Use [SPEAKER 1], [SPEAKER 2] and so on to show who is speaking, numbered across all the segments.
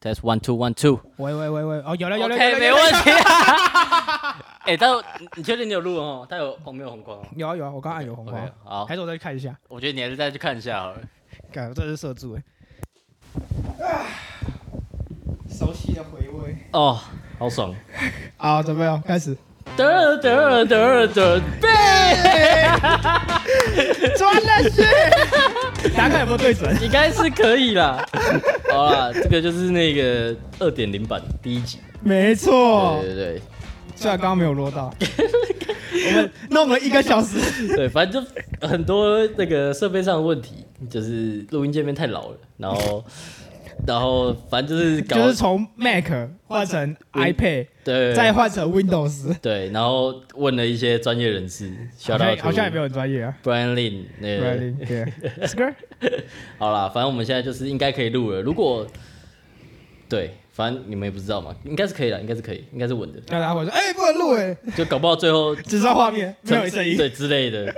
[SPEAKER 1] test one two one two。
[SPEAKER 2] 喂喂喂喂，哦， 有了有了
[SPEAKER 1] OK，
[SPEAKER 2] 有了
[SPEAKER 1] 没
[SPEAKER 2] 有了
[SPEAKER 1] 问题啊。 哎，但你你确定你有录哦？它有红没有红光哦
[SPEAKER 2] 有啊有啊，我刚按有红包
[SPEAKER 1] ？OK，，好
[SPEAKER 2] 还，是我再去看一下。
[SPEAKER 1] 哎我觉得你还是再去看一下好了。
[SPEAKER 2] 感这是社
[SPEAKER 1] 欸
[SPEAKER 2] 助哎。熟悉的回味。
[SPEAKER 1] 哦，好爽。
[SPEAKER 2] 好，准备哦，开始。
[SPEAKER 1] 得得得得背，
[SPEAKER 2] 转了去， 大家看有没有对准？
[SPEAKER 1] 应该是可以啦。 好啦，这个就是那个二点零版第一集。
[SPEAKER 2] 没错
[SPEAKER 1] 对，对对。
[SPEAKER 2] 虽然刚刚没有落到。我们弄了一个小时。
[SPEAKER 1] 对，反正就很多那个设备上的问题，就是录音界面太老了，然后，然后反正就是搞
[SPEAKER 2] 就是从 Mac 换成 iPad，
[SPEAKER 1] 对
[SPEAKER 2] 再换成 Windows，
[SPEAKER 1] 对，然后问了一些专业人士，
[SPEAKER 2] 好
[SPEAKER 1] 小到
[SPEAKER 2] 像好像也没有很专业啊。
[SPEAKER 1] Brian Lin 那个，
[SPEAKER 2] Really，对 s k i r
[SPEAKER 1] 好啦，反正我们现在就是应该可以录了。如果对，反正你们也不知道嘛，应该是可以的，应该是可以，应该是稳的，
[SPEAKER 2] 然后我说，哎，不能录哎，
[SPEAKER 1] 就搞不好最后
[SPEAKER 2] 只剩画面，没有声音，
[SPEAKER 1] 对之类的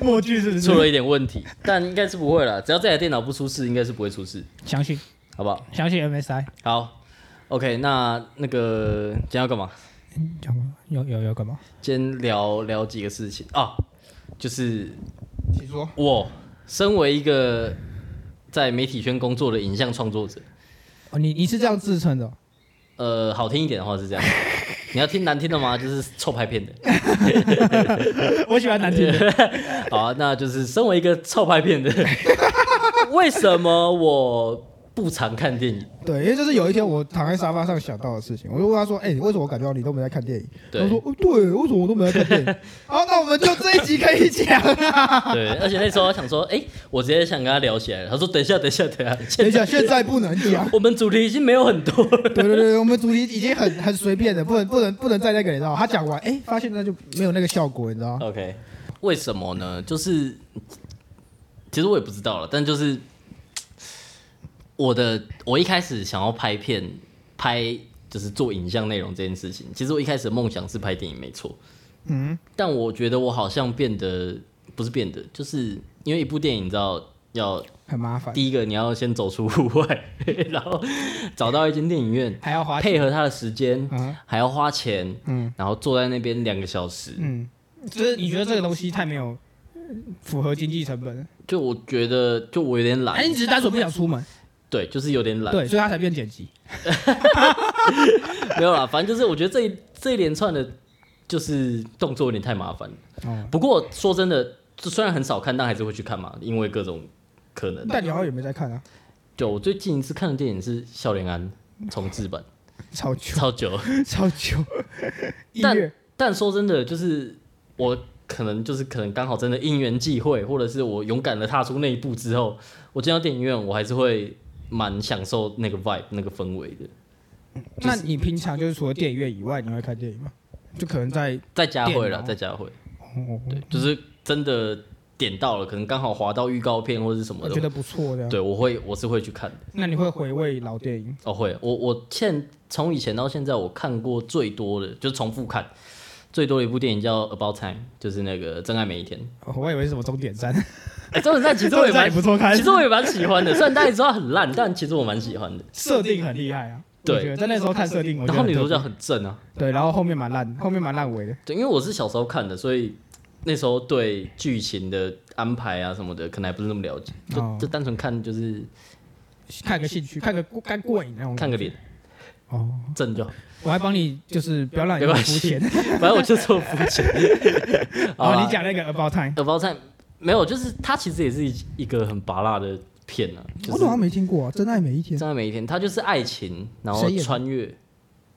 [SPEAKER 2] 默剧是不
[SPEAKER 1] 出
[SPEAKER 2] 是？
[SPEAKER 1] 了一点问题，但应该是不会啦，只要这台电脑不出事，应该是不会出事，
[SPEAKER 2] 相信
[SPEAKER 1] 好不好？
[SPEAKER 2] 相信 MSI，
[SPEAKER 1] 好，OK，那那个今天要干嘛？
[SPEAKER 2] 讲吧有有有干嘛？
[SPEAKER 1] 今天聊聊几个事情啊，就是
[SPEAKER 2] 请说。
[SPEAKER 1] 我身为一个在媒体圈工作的影像创作者，
[SPEAKER 2] 哦，你你是这样自称的哦？
[SPEAKER 1] 呃，好听一点的话是 这样，你要听难听的吗？就是臭拍片的。
[SPEAKER 2] 我喜欢难听的。
[SPEAKER 1] 好、啊，那就是身为一个臭拍片的， 为什么我不常看电影？
[SPEAKER 3] 对，因为这是有一天我躺在沙发上想到的事情，我就问他说：“哎、为什么我感觉到你都没在看电影？”
[SPEAKER 1] 对
[SPEAKER 3] 他说、哦：“对，为什么我都没在看电影？” 好，那我们就这一集可以 讲啊。
[SPEAKER 1] 对，而且那时候我想说，哎、我直接想跟他聊起来了。他说：“等一下，等一下，等一下，
[SPEAKER 3] 等
[SPEAKER 1] 现
[SPEAKER 3] 一
[SPEAKER 1] 在
[SPEAKER 3] 下，现在不能讲。
[SPEAKER 1] 我们主题已经没有很多了。”
[SPEAKER 3] 对对对，我们主题已 经很很随便的，不能不能不能再那个，你知道吗？他讲完，哎、发现那就没有那个效果，你知道吗？
[SPEAKER 1] OK，为什么呢？就是其实我也不知道了，但就是我的我一开始想要拍片，拍就是做影像内容这件事情。其实我一开始的梦想是拍电影，没错。嗯，但我觉得我好像变得不是变得，就是因为一部电影，你知道要
[SPEAKER 2] 很麻烦，
[SPEAKER 1] 第一个你要先走出户外， 然后找到一间电影院，
[SPEAKER 2] 还要花钱
[SPEAKER 1] 配合他的时间，
[SPEAKER 2] 啊。
[SPEAKER 1] 还要花钱，嗯，然后坐在那边两个小时，
[SPEAKER 2] 嗯，就是你觉得这个东西太没有符合经济成本了，
[SPEAKER 1] 就我觉得，就我有点懒
[SPEAKER 2] 还，是你只是单纯不想出门？
[SPEAKER 1] 对，就是有点懒，
[SPEAKER 2] 对，所以他才变剪辑。
[SPEAKER 1] 没有啦，反正就是我觉得这一这一连串的，就是动作有点太麻烦了。
[SPEAKER 2] 哦，
[SPEAKER 1] 不过说真的，就虽然很少看，但还是会去看嘛，因为各种可能。
[SPEAKER 3] 但你好像也没在看啊，
[SPEAKER 1] 就我最近一次看的电影是《笑脸安》重制 版，
[SPEAKER 3] 超久
[SPEAKER 1] 超久。
[SPEAKER 3] 超久，一
[SPEAKER 1] 但
[SPEAKER 3] 月
[SPEAKER 1] 但说真的，就是我可能就是可能刚好真的因缘际会，或者是我勇敢的踏出那一步之后，我进到电影院，我还是会蛮享受那个 vibe 那个氛围的。
[SPEAKER 2] 那
[SPEAKER 1] 就是
[SPEAKER 2] 你平常就是除了电影院以外，你会看电影吗？
[SPEAKER 3] 就可能在
[SPEAKER 1] 再加会
[SPEAKER 2] 电
[SPEAKER 1] 了，
[SPEAKER 2] 脑
[SPEAKER 1] 再加会。
[SPEAKER 2] 哦，
[SPEAKER 1] 对，就是真的点到了，可能刚好滑到预告片或者是什么
[SPEAKER 2] 我觉
[SPEAKER 1] 的，
[SPEAKER 2] 得不错的。
[SPEAKER 1] 对我会我是会去看的。
[SPEAKER 2] 那你会回味老电影？
[SPEAKER 1] 哦，会，我我现从以前到现在，我看过最多的就是重复看最多的一部电影叫《About Time》，就是那个《真爱每一天》
[SPEAKER 2] 哦我以为是什么终点站，
[SPEAKER 1] 哎，这本在其实我也 蛮
[SPEAKER 2] 也不错看
[SPEAKER 1] 其，实我也蛮喜欢的，虽然大家也知道很烂，但其实我蛮喜欢的。
[SPEAKER 2] 设定很厉害啊。
[SPEAKER 1] 对
[SPEAKER 2] 我觉得在那时候看设定，我
[SPEAKER 1] 然
[SPEAKER 2] 觉得
[SPEAKER 1] 后
[SPEAKER 2] 很
[SPEAKER 1] 女主
[SPEAKER 2] 特别
[SPEAKER 1] 角很正啊，
[SPEAKER 2] 对，然后后面蛮烂，后面蛮烂尾的。
[SPEAKER 1] 对，因为我是小时候看的，所以那时候对剧情的安排啊什么的，可能还不是那么了解，
[SPEAKER 2] 哦
[SPEAKER 1] 就就单纯看就是
[SPEAKER 2] 看个兴趣，看个过看过瘾那种。
[SPEAKER 1] 看个脸
[SPEAKER 2] 哦，
[SPEAKER 1] 正就好。
[SPEAKER 2] 我还帮你，就是不要让你
[SPEAKER 1] 没
[SPEAKER 2] 那么
[SPEAKER 1] 关
[SPEAKER 2] 肤
[SPEAKER 1] 系啊
[SPEAKER 2] 浅。
[SPEAKER 1] 反正我就做肤浅。
[SPEAKER 2] 哦，
[SPEAKER 1] 啦
[SPEAKER 2] 你讲那个 About Time，
[SPEAKER 1] The Bow Time 没有，就是它其实也是一一个很拔辣的片啊，就
[SPEAKER 2] 哦
[SPEAKER 3] 我好像
[SPEAKER 1] 是
[SPEAKER 3] 没听过、啊《真爱每一天》。
[SPEAKER 1] 真爱每一天，它就是爱情，然后
[SPEAKER 3] 谁演的
[SPEAKER 1] 穿越，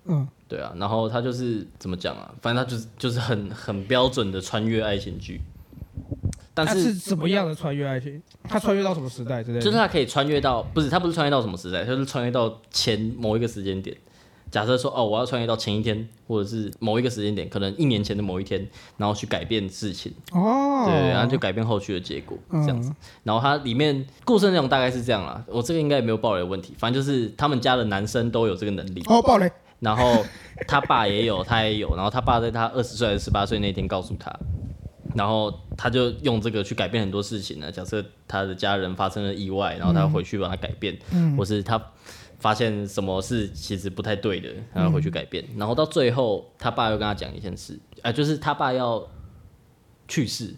[SPEAKER 3] 嗯，
[SPEAKER 1] 对啊，然后它就是怎么讲啊，反正它就是就是很很标准的穿越爱情剧，但
[SPEAKER 2] 他
[SPEAKER 1] 是
[SPEAKER 2] 是什么样的穿越爱情？他穿越到什么时代之类的？
[SPEAKER 1] 就是它可以穿越到，不是它不是穿越到什么时代，它就是穿越到前某一个时间点。假设说哦，我要穿越到前一天，或者是某一个时间点，可能一年前的某一天，然后去改变事情，
[SPEAKER 3] 哦，
[SPEAKER 1] 对，然后就改变后续的结果这样子。然后它里面故事内容大概是这样啦，我这个应该也没有暴雷的问题，反正就是他们家的男生都有这个能力，
[SPEAKER 3] 哦，爆雷，
[SPEAKER 1] 然后他爸也有，他也有，然后他爸在他二十岁还是十八岁那天告诉他，然后他就用这个去改变很多事情呢。假设他的家人发生了意外，然后他回去把它改变，或是他发现什么是其实不太对的，然后回去改变。然后到最后，他爸又跟他讲一件事，啊、就是他爸要去世，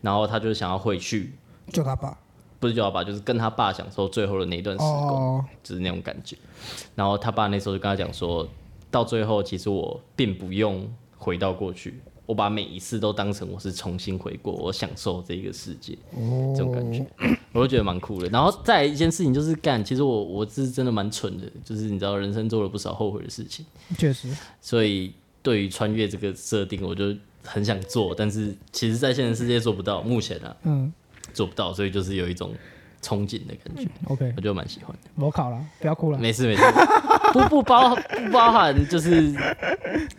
[SPEAKER 1] 然后他就想要回去，
[SPEAKER 2] 就他爸
[SPEAKER 1] 不是就要把就是跟他爸享受最后的那一段时光。
[SPEAKER 2] 哦，
[SPEAKER 1] 就是那种感觉。然后他爸那时候就跟他讲说，到最后其实我并不用回到过去，我把每一次都当成我是重新回过，我享受这个世界，这种感觉， 我就觉得蛮酷的。然后再来一件事情就是干，其实我我是真的蛮蠢的，就是你知道人生做了不少后悔的事情，
[SPEAKER 2] 确实，
[SPEAKER 1] 所以对于穿越这个设定，我就很想做，但是其实在现实世界做不到，目前啊
[SPEAKER 2] 嗯
[SPEAKER 1] 做不到，所以就是有一种憧憬的感觉，
[SPEAKER 2] ，OK，
[SPEAKER 1] 我就蛮喜欢的。
[SPEAKER 2] 我考了，不要哭了。
[SPEAKER 1] 没事没 事，不不包不包含就是，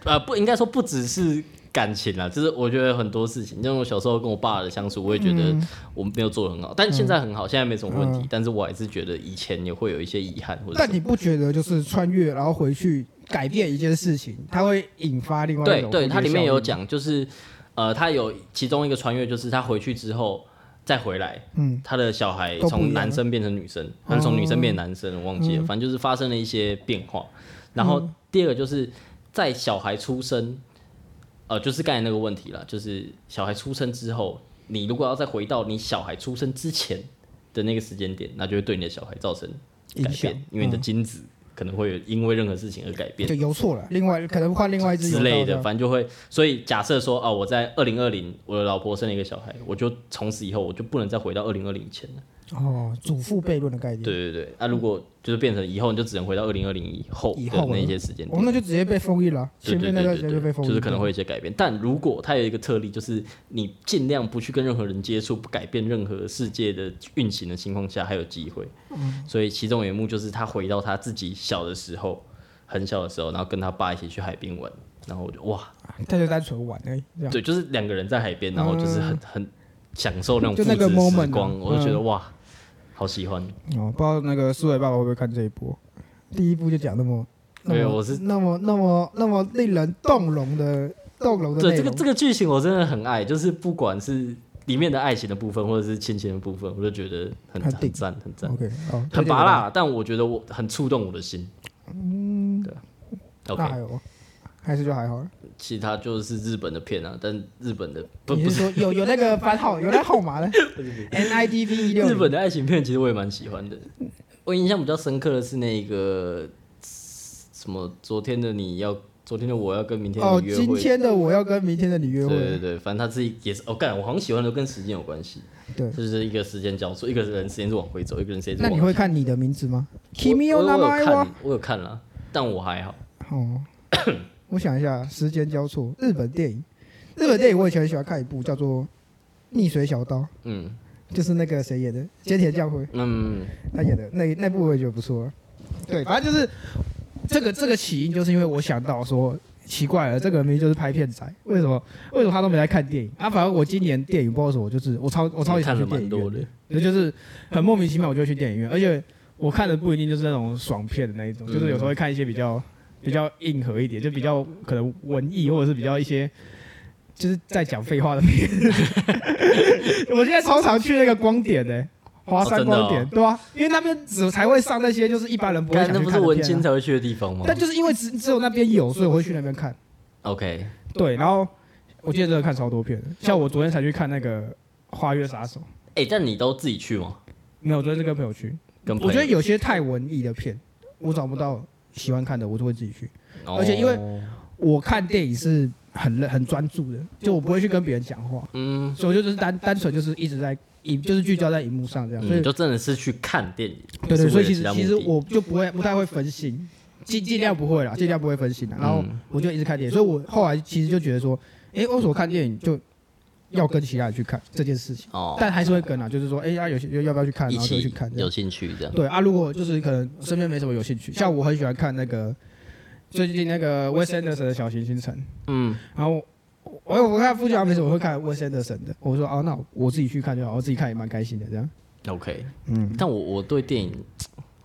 [SPEAKER 1] 呃，不应该说不只是感情啦，就是我觉得很多事情，像我小时候跟我爸的相处，我也觉得
[SPEAKER 2] 嗯
[SPEAKER 1] 我没有做的很好，但现在很好，现在没什么问题，但是我还是觉得以前也会有一些遗憾或者
[SPEAKER 2] 但
[SPEAKER 1] 什么
[SPEAKER 2] 你不觉得就是穿越然后回去改变一件事情，它会引发另外一
[SPEAKER 1] 对
[SPEAKER 2] 种
[SPEAKER 1] 嗯对，
[SPEAKER 2] 蝴蝶
[SPEAKER 1] 它里面
[SPEAKER 2] 效
[SPEAKER 1] 有
[SPEAKER 2] 应
[SPEAKER 1] 讲，就是呃，他有其中一个穿越，就是他回去之后再回来，
[SPEAKER 2] 嗯，
[SPEAKER 1] 他的小孩
[SPEAKER 2] 都不一样哦嗯
[SPEAKER 1] 从男生变成女生，还是从女生变男生，我忘记了，反正就是发生了一些变化。然后第二个就是在小孩出生，呃，就是刚才那个问题了，就是小孩出生之后，你如果要再回到你小孩出生之前的那个时间点，那就会对你的小孩造成改
[SPEAKER 2] 影响嗯
[SPEAKER 1] 变，因为你的精子可能会有嗯因为任何事情而改变
[SPEAKER 2] 就。游错了，另外可能换另外一只
[SPEAKER 1] 之
[SPEAKER 2] 游
[SPEAKER 1] 类
[SPEAKER 2] 到
[SPEAKER 1] 的，反正就会，所以假设说啊，我在二零二零，我的老婆生了一个小孩，我就从此以后我就不能再回到二零二零前了。
[SPEAKER 2] 这样哦，祖父悖论的概念。
[SPEAKER 1] 对对对，那、如果就是变成以后，你就只能回到二零二零以后
[SPEAKER 2] 以
[SPEAKER 1] 的
[SPEAKER 2] 后
[SPEAKER 1] 那些时间
[SPEAKER 2] 我
[SPEAKER 1] 点。
[SPEAKER 2] 们哦那就直接被封印了，
[SPEAKER 1] 对
[SPEAKER 2] 前
[SPEAKER 1] 对
[SPEAKER 2] 面那
[SPEAKER 1] 对
[SPEAKER 2] 段时间
[SPEAKER 1] 对
[SPEAKER 2] 就被
[SPEAKER 1] 对，
[SPEAKER 2] 封印，
[SPEAKER 1] 就是可能会有一些改变，但如果它有一个特例，就是你尽量不去跟任何人接触，不改变任何世界的运行的情况下，还有机会。
[SPEAKER 2] 嗯
[SPEAKER 1] 所以其中有一幕就是他回到他自己小的时候，很小的时候，然后跟他爸一起去海边玩，然后我就哇，
[SPEAKER 2] 他就单纯玩而已，这样
[SPEAKER 1] 对，就是两个人在海边，然后就是很很享受那种
[SPEAKER 2] 就那
[SPEAKER 1] 父
[SPEAKER 2] 个
[SPEAKER 1] 子时
[SPEAKER 2] moment
[SPEAKER 1] 光，
[SPEAKER 2] 啊
[SPEAKER 1] 我就觉得
[SPEAKER 2] 嗯
[SPEAKER 1] 哇，好喜欢。
[SPEAKER 2] 哦，不知道那个思维爸爸会不会看这一波？第一部就讲那么，那
[SPEAKER 1] 没有
[SPEAKER 2] 么
[SPEAKER 1] 我是
[SPEAKER 2] 那么那么那么令人动容的动容的
[SPEAKER 1] 对
[SPEAKER 2] 内
[SPEAKER 1] 这个
[SPEAKER 2] 容
[SPEAKER 1] 这，个剧情我真的很爱，就是不管是里面的爱情的部分，或者是亲情的部分，我都觉得很
[SPEAKER 2] 很
[SPEAKER 1] 很
[SPEAKER 2] 顶
[SPEAKER 1] 赞很赞，
[SPEAKER 2] OK，哦，推
[SPEAKER 1] 很
[SPEAKER 2] 荐给
[SPEAKER 1] 拔
[SPEAKER 2] 大家，
[SPEAKER 1] 辣，但我觉得我很触动我的心。嗯，对啊。
[SPEAKER 2] 那还
[SPEAKER 1] OK，
[SPEAKER 2] 有吗还是就还好了。
[SPEAKER 1] 其他就是日本的片啊，但日本的不
[SPEAKER 2] 你
[SPEAKER 1] 不
[SPEAKER 2] 是
[SPEAKER 1] 是
[SPEAKER 2] 说有有那个番号，有那个号码 的 NIDV 一六
[SPEAKER 1] 日本的爱情片，其实我也蛮喜欢的。我印象比较深刻的是那个什么，昨天的你要，昨天的我要跟明天的
[SPEAKER 2] 哦，
[SPEAKER 1] 你约
[SPEAKER 2] 今
[SPEAKER 1] 会。
[SPEAKER 2] 天的我要跟明天的你约
[SPEAKER 1] 对对
[SPEAKER 2] 会，
[SPEAKER 1] 对，反正他自己也是，哦，干，我好像喜欢的都跟时间有关系。
[SPEAKER 2] 对。
[SPEAKER 1] 就是一个时间交错，一个人时间是往回走，一个人时间是
[SPEAKER 2] 那
[SPEAKER 1] 往
[SPEAKER 2] 你
[SPEAKER 1] 前走。
[SPEAKER 2] 会看你的名字吗？Kimi
[SPEAKER 1] 我
[SPEAKER 2] o
[SPEAKER 1] 我
[SPEAKER 2] n a
[SPEAKER 1] 我
[SPEAKER 2] m
[SPEAKER 1] 有
[SPEAKER 2] a wa
[SPEAKER 1] 看，我有看了，但我还好。
[SPEAKER 2] 哦，我想一下，时间交错，日本电影，日本电影我以前很喜欢看一部叫做《逆水小刀》，
[SPEAKER 1] 嗯
[SPEAKER 2] 就是那个谁演的，菅田将晖
[SPEAKER 1] 嗯，
[SPEAKER 2] 他演的那那部我也觉得不错啊、对，反正就是这个这个起因，就是因为我想到说。奇怪了，这个人明明就是拍片仔，为什么为什么他都没来看电影啊？反正我今年电影不知道为什么，就是我超我超级
[SPEAKER 1] 看
[SPEAKER 2] 想去
[SPEAKER 1] 了
[SPEAKER 2] 电
[SPEAKER 1] 蛮
[SPEAKER 2] 影
[SPEAKER 1] 多
[SPEAKER 2] 院
[SPEAKER 1] 的，
[SPEAKER 2] 那就是很莫名其妙我就会去电影院，而且我看的不一定就是那种爽片的那一种，
[SPEAKER 1] 嗯
[SPEAKER 2] 就是有时候会看一些比较比较硬核一点，就比较可能文艺或者是比较一些就是在讲废话的片。 我现在超常去那个光点的、华山光点，
[SPEAKER 1] 哦真的哦
[SPEAKER 2] 对啊？因为那边只才会上那些就是一般人不会
[SPEAKER 1] 干
[SPEAKER 2] 想
[SPEAKER 1] 那
[SPEAKER 2] 去
[SPEAKER 1] 不是
[SPEAKER 2] 看的
[SPEAKER 1] 文
[SPEAKER 2] 片
[SPEAKER 1] 青
[SPEAKER 2] 啊、
[SPEAKER 1] 才会去的地方吗
[SPEAKER 2] 但就是因为只只有那边有，所以我会去那边看。
[SPEAKER 1] ？OK，
[SPEAKER 2] 对，然后我记得这个看超多片的，像我昨天才去看那个《花月杀手》，
[SPEAKER 1] 哎，但你都自己去吗？
[SPEAKER 2] 没有，昨天是跟朋友去。
[SPEAKER 1] 跟
[SPEAKER 2] 我
[SPEAKER 1] 朋
[SPEAKER 2] 觉得
[SPEAKER 1] 友？
[SPEAKER 2] 有些太文艺的片，我找不到喜欢看的，我就会自己去。而且因为
[SPEAKER 1] 哦
[SPEAKER 2] 我看电影是很认很专注的，就我不会去跟别人讲话，
[SPEAKER 1] 嗯，
[SPEAKER 2] 所以我就是单单纯就是一直在荧，就是聚焦在荧幕上这样。所以、
[SPEAKER 1] 嗯就真的是去看电影，
[SPEAKER 2] 对对，
[SPEAKER 1] 是
[SPEAKER 2] 所
[SPEAKER 1] 为了
[SPEAKER 2] 以其
[SPEAKER 1] 其
[SPEAKER 2] 实
[SPEAKER 1] 他
[SPEAKER 2] 其
[SPEAKER 1] 目
[SPEAKER 2] 实
[SPEAKER 1] 的
[SPEAKER 2] 我就不会不太会分心，尽尽量不会啦，尽量不会分心啦。啊然后
[SPEAKER 1] 嗯
[SPEAKER 2] 我就一直看电影，所以我后来其实就觉得说，诶，为什么看电影就要跟其他人去看这件事情？
[SPEAKER 1] 哦，
[SPEAKER 2] 但还是会跟啊，就是说，诶，啊，有些要不要去看，
[SPEAKER 1] 一
[SPEAKER 2] 然后就会去
[SPEAKER 1] 起
[SPEAKER 2] 看这样。
[SPEAKER 1] 有兴趣这样。
[SPEAKER 2] 对啊，如果就是可能身边没什么有兴趣，像我很喜欢看那个最近那个 Wes Anderson 的《小行星城》，
[SPEAKER 1] 嗯，
[SPEAKER 2] 然后我我我看《富家没什么会看 Wes Anderson 的，我说哦、那我自己去看就好，我自己看也蛮开心的这样。
[SPEAKER 1] OK，
[SPEAKER 2] 嗯，
[SPEAKER 1] 但我我对电影，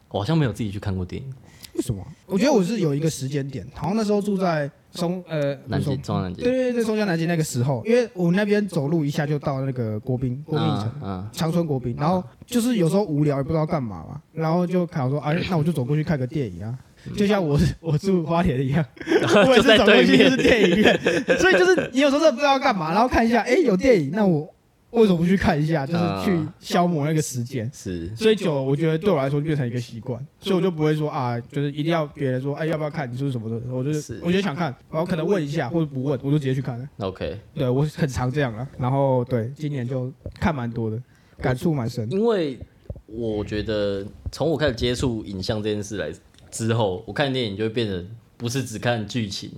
[SPEAKER 1] 我好像没有自己去看过电影。
[SPEAKER 2] 为什么？我觉得我是有一个时间点，好像那时候住在
[SPEAKER 3] 松呃
[SPEAKER 1] 南
[SPEAKER 3] 松
[SPEAKER 1] 京中央南
[SPEAKER 3] 对
[SPEAKER 1] 京，
[SPEAKER 3] 对对，松江南京那个时候，因为我们那边走路一下就到那个国宾国宾影城
[SPEAKER 1] 嗯。嗯，嗯
[SPEAKER 3] 长春国宾，然后就是有时候无聊也不知道干嘛嘛，然后就考说，哎、那我就走过去看个电影啊，就像我我住花莲 一样，
[SPEAKER 1] 啊
[SPEAKER 3] 我也
[SPEAKER 1] 就是在
[SPEAKER 3] 走过
[SPEAKER 1] 对
[SPEAKER 3] 去就
[SPEAKER 1] 面，
[SPEAKER 3] 是电影院，所以就是你有时候真的不知道干嘛，然后看一下，哎，有电影，那我为什么不去看一
[SPEAKER 1] 嗯
[SPEAKER 3] 下？就是去消磨那个时间。
[SPEAKER 1] 是
[SPEAKER 3] 所以久了，我觉得对我来说就变成一个习
[SPEAKER 1] 嗯
[SPEAKER 3] 惯，所以我就不会说啊，就是一定要别人说，哎，要不要看？你就是什么的，我就是
[SPEAKER 1] 是嗯
[SPEAKER 3] 我就想看，然后可能问一下或者不问，我就直接去看了。
[SPEAKER 1] OK。
[SPEAKER 3] 对我很常这样了，啊然后对今年就看蛮多的，感触蛮深。
[SPEAKER 1] 因为我觉得从我开始接触影像这件事来之后，我看电影就会变得不是只看剧情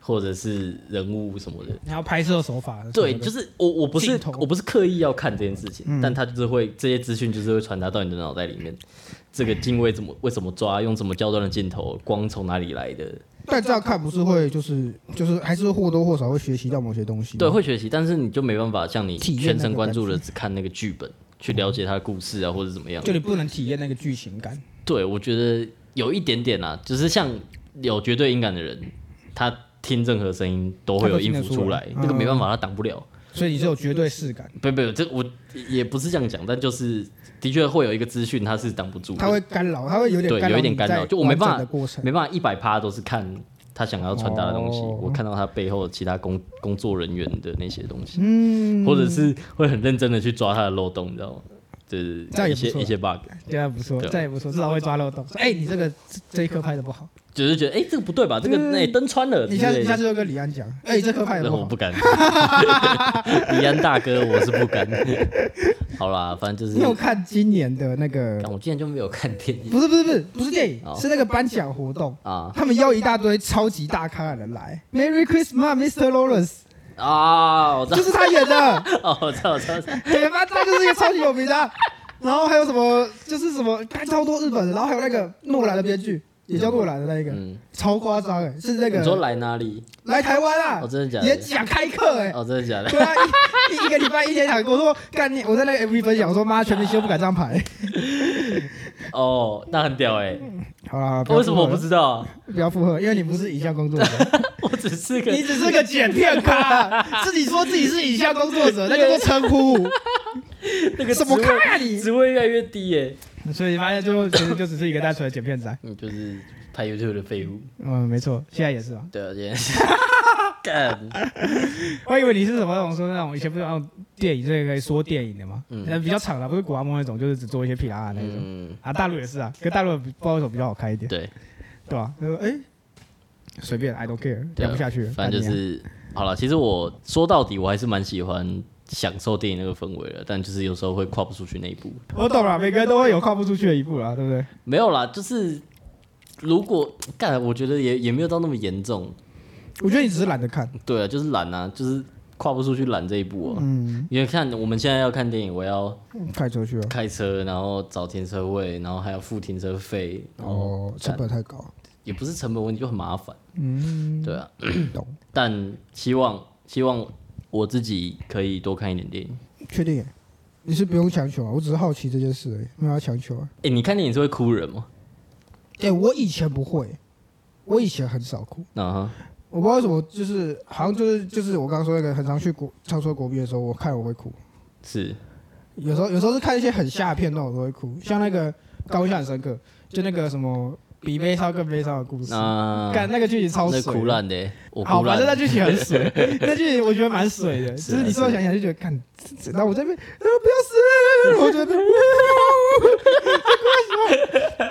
[SPEAKER 1] 或者是人物什么 的，
[SPEAKER 2] 然后拍摄手法什么的，
[SPEAKER 1] 对，就是我我不是
[SPEAKER 2] 镜头
[SPEAKER 1] 我不是刻意要看这件事情，
[SPEAKER 3] 嗯
[SPEAKER 1] 但它就是会这些资讯就是会传达到你的脑袋里面。这个镜位怎么为什么抓，用什么焦段的镜头，光从哪里来的，
[SPEAKER 3] 但这样看不是会就是就是还是或多或少会学习到某些东西。
[SPEAKER 1] 对，会学习，但是你就没办法像你
[SPEAKER 3] 体验
[SPEAKER 1] 全
[SPEAKER 3] 那
[SPEAKER 1] 神
[SPEAKER 3] 个
[SPEAKER 1] 贯
[SPEAKER 3] 感
[SPEAKER 1] 注的
[SPEAKER 3] 觉
[SPEAKER 1] 只看那个剧本，去了解它的故事啊，或者怎么样。
[SPEAKER 3] 就你不能体验那个剧情感。
[SPEAKER 1] 对，我觉得有一点点啊，就是像有绝对音感的人，他听任何声音都会有音符出来，
[SPEAKER 3] 他都听得出来
[SPEAKER 1] 那个没办法，他挡不了。
[SPEAKER 3] 所以你是有绝对视感，
[SPEAKER 1] 不不，这我也不是这样讲，但就是的确会有一个资讯，他是挡不住的，
[SPEAKER 3] 它会干扰，它会有点
[SPEAKER 1] 对
[SPEAKER 3] 干扰
[SPEAKER 1] 有一点
[SPEAKER 3] 你
[SPEAKER 1] 干扰
[SPEAKER 3] 在
[SPEAKER 1] 就我没
[SPEAKER 3] 完整
[SPEAKER 1] 办法
[SPEAKER 3] 的过程。
[SPEAKER 1] 没办法一百趴都是看他想要传达的东西，
[SPEAKER 3] 哦
[SPEAKER 1] 我看到他背后其他工工作人员的那些东西，
[SPEAKER 3] 嗯
[SPEAKER 1] 或者是会很认真的去抓他的漏洞，你知道吗？就是
[SPEAKER 3] 这样也
[SPEAKER 1] 一些
[SPEAKER 3] 不错
[SPEAKER 1] 一些 bug，
[SPEAKER 2] 这样不错，
[SPEAKER 1] 对啊
[SPEAKER 2] 这样也不错，至少会抓漏洞。说哎，你这个这这一颗拍的不好，
[SPEAKER 1] 就是觉得哎、这个不对吧？这个
[SPEAKER 3] 嗯
[SPEAKER 1] 那、灯穿了之类
[SPEAKER 3] 你
[SPEAKER 1] 的，
[SPEAKER 3] 下次你下次就跟李安讲，哎，这颗拍的
[SPEAKER 1] 那
[SPEAKER 3] 不
[SPEAKER 1] 我
[SPEAKER 3] 好
[SPEAKER 1] 不。敢， 李安大哥，我是不敢。 好啦，反正就是
[SPEAKER 3] 你，有看今年的那个？
[SPEAKER 1] 干我竟然就没有看电影
[SPEAKER 3] 不是不是不是不是电影，
[SPEAKER 1] 哦
[SPEAKER 3] 是那个颁奖活动，
[SPEAKER 1] 啊
[SPEAKER 3] 他们邀一大堆超级大咖的人来。Merry Christmas, Mr. Lawrence，
[SPEAKER 1] 啊！我知
[SPEAKER 3] 就是他演的。
[SPEAKER 1] 道，哦， 我知道，我知道，我知道
[SPEAKER 3] 对，反正他就是一个超级有名的啊、然后还有什么，就是什么，他超多日本的，然后还有那个诺兰的编剧，也叫诺兰的那一个，
[SPEAKER 1] 嗯，
[SPEAKER 3] 超夸张哎，是那
[SPEAKER 1] 你说
[SPEAKER 3] 个
[SPEAKER 1] 来哪里？
[SPEAKER 3] 来台湾
[SPEAKER 1] 哦，
[SPEAKER 3] 啊，
[SPEAKER 1] 真的假
[SPEAKER 3] 演
[SPEAKER 1] 的？
[SPEAKER 3] 讲开课哎、
[SPEAKER 1] 哦，真的假的？
[SPEAKER 3] 对啊，一一一个礼拜一天两个，我说干你，我在那个 MV 分享，我说妈，全明星都不敢这样排。
[SPEAKER 1] 哦，那很屌哎！
[SPEAKER 3] 好啦，要
[SPEAKER 1] 为什么我
[SPEAKER 3] 附
[SPEAKER 1] 不
[SPEAKER 3] 和
[SPEAKER 1] 知道 啊？
[SPEAKER 3] 嗯不要附和？因为你不是影像工作 者，
[SPEAKER 1] 我只是个
[SPEAKER 3] 你只是个剪片 咖，自己说自己是影像工作者，那叫做称呼，
[SPEAKER 1] 那个
[SPEAKER 3] 什么
[SPEAKER 1] 职
[SPEAKER 3] 咖
[SPEAKER 1] 位
[SPEAKER 3] 啊你？
[SPEAKER 1] 职位越来越低耶。
[SPEAKER 2] 所以发现最后其实就只是一个单纯的剪片仔。
[SPEAKER 1] 你就是拍 YouTube 的废物。
[SPEAKER 2] 嗯，没错，现在也是啊。
[SPEAKER 1] 对啊，今天 干
[SPEAKER 2] 我以为你是什么那种说那种以前不是有那种电影，这个可以说电影的嘛，
[SPEAKER 1] 嗯
[SPEAKER 2] 嗯，比较长的，不是古阿莫那种，就是只做一些皮拉那种。
[SPEAKER 1] 嗯，
[SPEAKER 2] 啊，大陆也是啊，跟大陆不知道为什么比较好看一点，
[SPEAKER 1] 对，
[SPEAKER 2] 对吧？他说哎，随便，I don't care，
[SPEAKER 1] 对啊
[SPEAKER 2] 聊不下去了，
[SPEAKER 1] 反正就
[SPEAKER 2] 干你啊
[SPEAKER 1] 是好了。其实我说到底，我还是蛮喜欢享受电影那个氛围的，但就是有时候会跨不出去那一步。
[SPEAKER 2] 我懂了，每个人都会有跨不出去的一步啦，对不对？
[SPEAKER 1] 没有啦，就是如果干，我觉得也也没有到那么严重。
[SPEAKER 3] 我觉得你只是懒得看，
[SPEAKER 1] 对啊，就是懒啊，就是跨不出去懒这一步啊。嗯，因为看我们现在要看电影，我要
[SPEAKER 3] 快出去了。
[SPEAKER 1] 开车，然后找停车位，然后还要付停车费，然后
[SPEAKER 3] 哦，成本太高，
[SPEAKER 1] 也不是成本问题，就很麻烦。
[SPEAKER 3] 嗯，
[SPEAKER 1] 对啊，
[SPEAKER 3] 懂。
[SPEAKER 1] 但希望希望我自己可以多看一点电影。
[SPEAKER 3] 确定耶？你是不用强求啊，我只是好奇这件事而已，没有要强求啊。
[SPEAKER 1] 哎、你看电影是会哭人吗？
[SPEAKER 3] 哎、我以前不会，我以前很少哭，
[SPEAKER 1] 啊哈，
[SPEAKER 3] 我不知道为什么，就是好像就是就是我刚刚说那个，很常去国常说国宾的时候，我看我会哭，
[SPEAKER 1] 是
[SPEAKER 3] 有时候有时候是看一些很吓的片段，我都会哭，像那个高印象很深刻，就那个什么比悲伤更悲伤的故事，
[SPEAKER 1] 那
[SPEAKER 3] 干、那个剧情超
[SPEAKER 1] 啊那
[SPEAKER 3] 水的，
[SPEAKER 1] 哭烂的欸，我
[SPEAKER 2] 好，
[SPEAKER 1] 哭
[SPEAKER 2] 反正那
[SPEAKER 1] 烂。
[SPEAKER 2] 剧情很 水，那剧情我觉得蛮水的，
[SPEAKER 1] 是
[SPEAKER 2] 只
[SPEAKER 1] 啊
[SPEAKER 2] 是你
[SPEAKER 1] 是
[SPEAKER 2] 说
[SPEAKER 1] 啊
[SPEAKER 3] 我想想就觉得，看，这这然后我这边，呃，不要死，我这边， 哇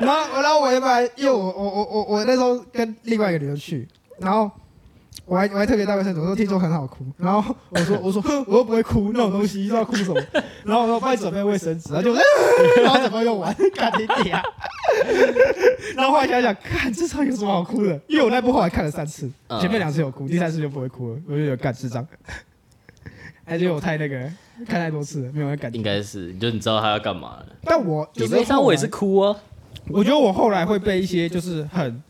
[SPEAKER 3] 然后，然后我原本还因为我我我我我那时候跟另外一个女生去，然后我还我还特别大卫生我说听说很好哭，然后我说我说哼，我又不会哭那种东西，知道哭什么？然后我说帮你准备卫生纸，然后就， 呃然后怎么用完，干你娘！ 然后后来想想，看这场有什么好哭的？因为我那部后来看了三次，
[SPEAKER 1] 嗯
[SPEAKER 3] 前面两次有哭，第三次就不会哭了，我就有干智障。 而且我太那个了看太多次了，没有人感觉
[SPEAKER 1] 应。该是，就你知道他要干嘛了。
[SPEAKER 3] 但我一
[SPEAKER 1] 你
[SPEAKER 3] 直
[SPEAKER 1] 悲伤，
[SPEAKER 3] 后
[SPEAKER 1] 我
[SPEAKER 3] 来
[SPEAKER 1] 也是，哭啊。
[SPEAKER 3] 我觉得我后来会被一些就是很，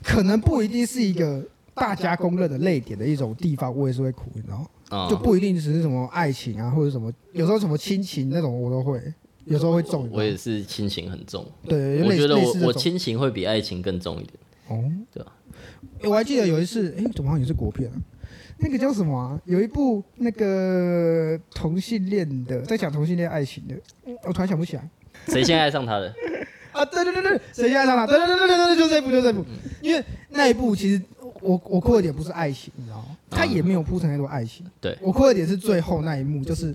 [SPEAKER 3] 可能不一定是一个大家公认的泪点的一种地方，我也是会哭，你知道吗？
[SPEAKER 1] 啊、
[SPEAKER 3] 就不一定只是什么爱情啊，或者什么，有时候什么亲情那种我都会，有时候会中。
[SPEAKER 1] 我也是亲情很重，
[SPEAKER 3] 对，
[SPEAKER 1] 我
[SPEAKER 3] 类
[SPEAKER 1] 觉得
[SPEAKER 3] 类
[SPEAKER 1] 我
[SPEAKER 3] 似这
[SPEAKER 1] 我
[SPEAKER 3] 种
[SPEAKER 1] 亲情会比爱情更重一点。
[SPEAKER 3] 哦，
[SPEAKER 1] 对啊，
[SPEAKER 3] 我诶我还记得有一次，哎、怎么好像也是国片啊？那个叫什么啊？有一部那个同性恋的，在讲同性恋爱情的，嗯我突然想不起来。
[SPEAKER 1] 谁先爱上他 的？
[SPEAKER 3] 啊，对对对对，谁先爱上他？对对对对对对，就这一部，就这一部。
[SPEAKER 1] 嗯
[SPEAKER 3] 因为那一部其实我我哭的点不是爱情，你知道吗？他也没有铺成太多爱情。
[SPEAKER 1] 啊对
[SPEAKER 3] 我哭的点是最后那一幕，就是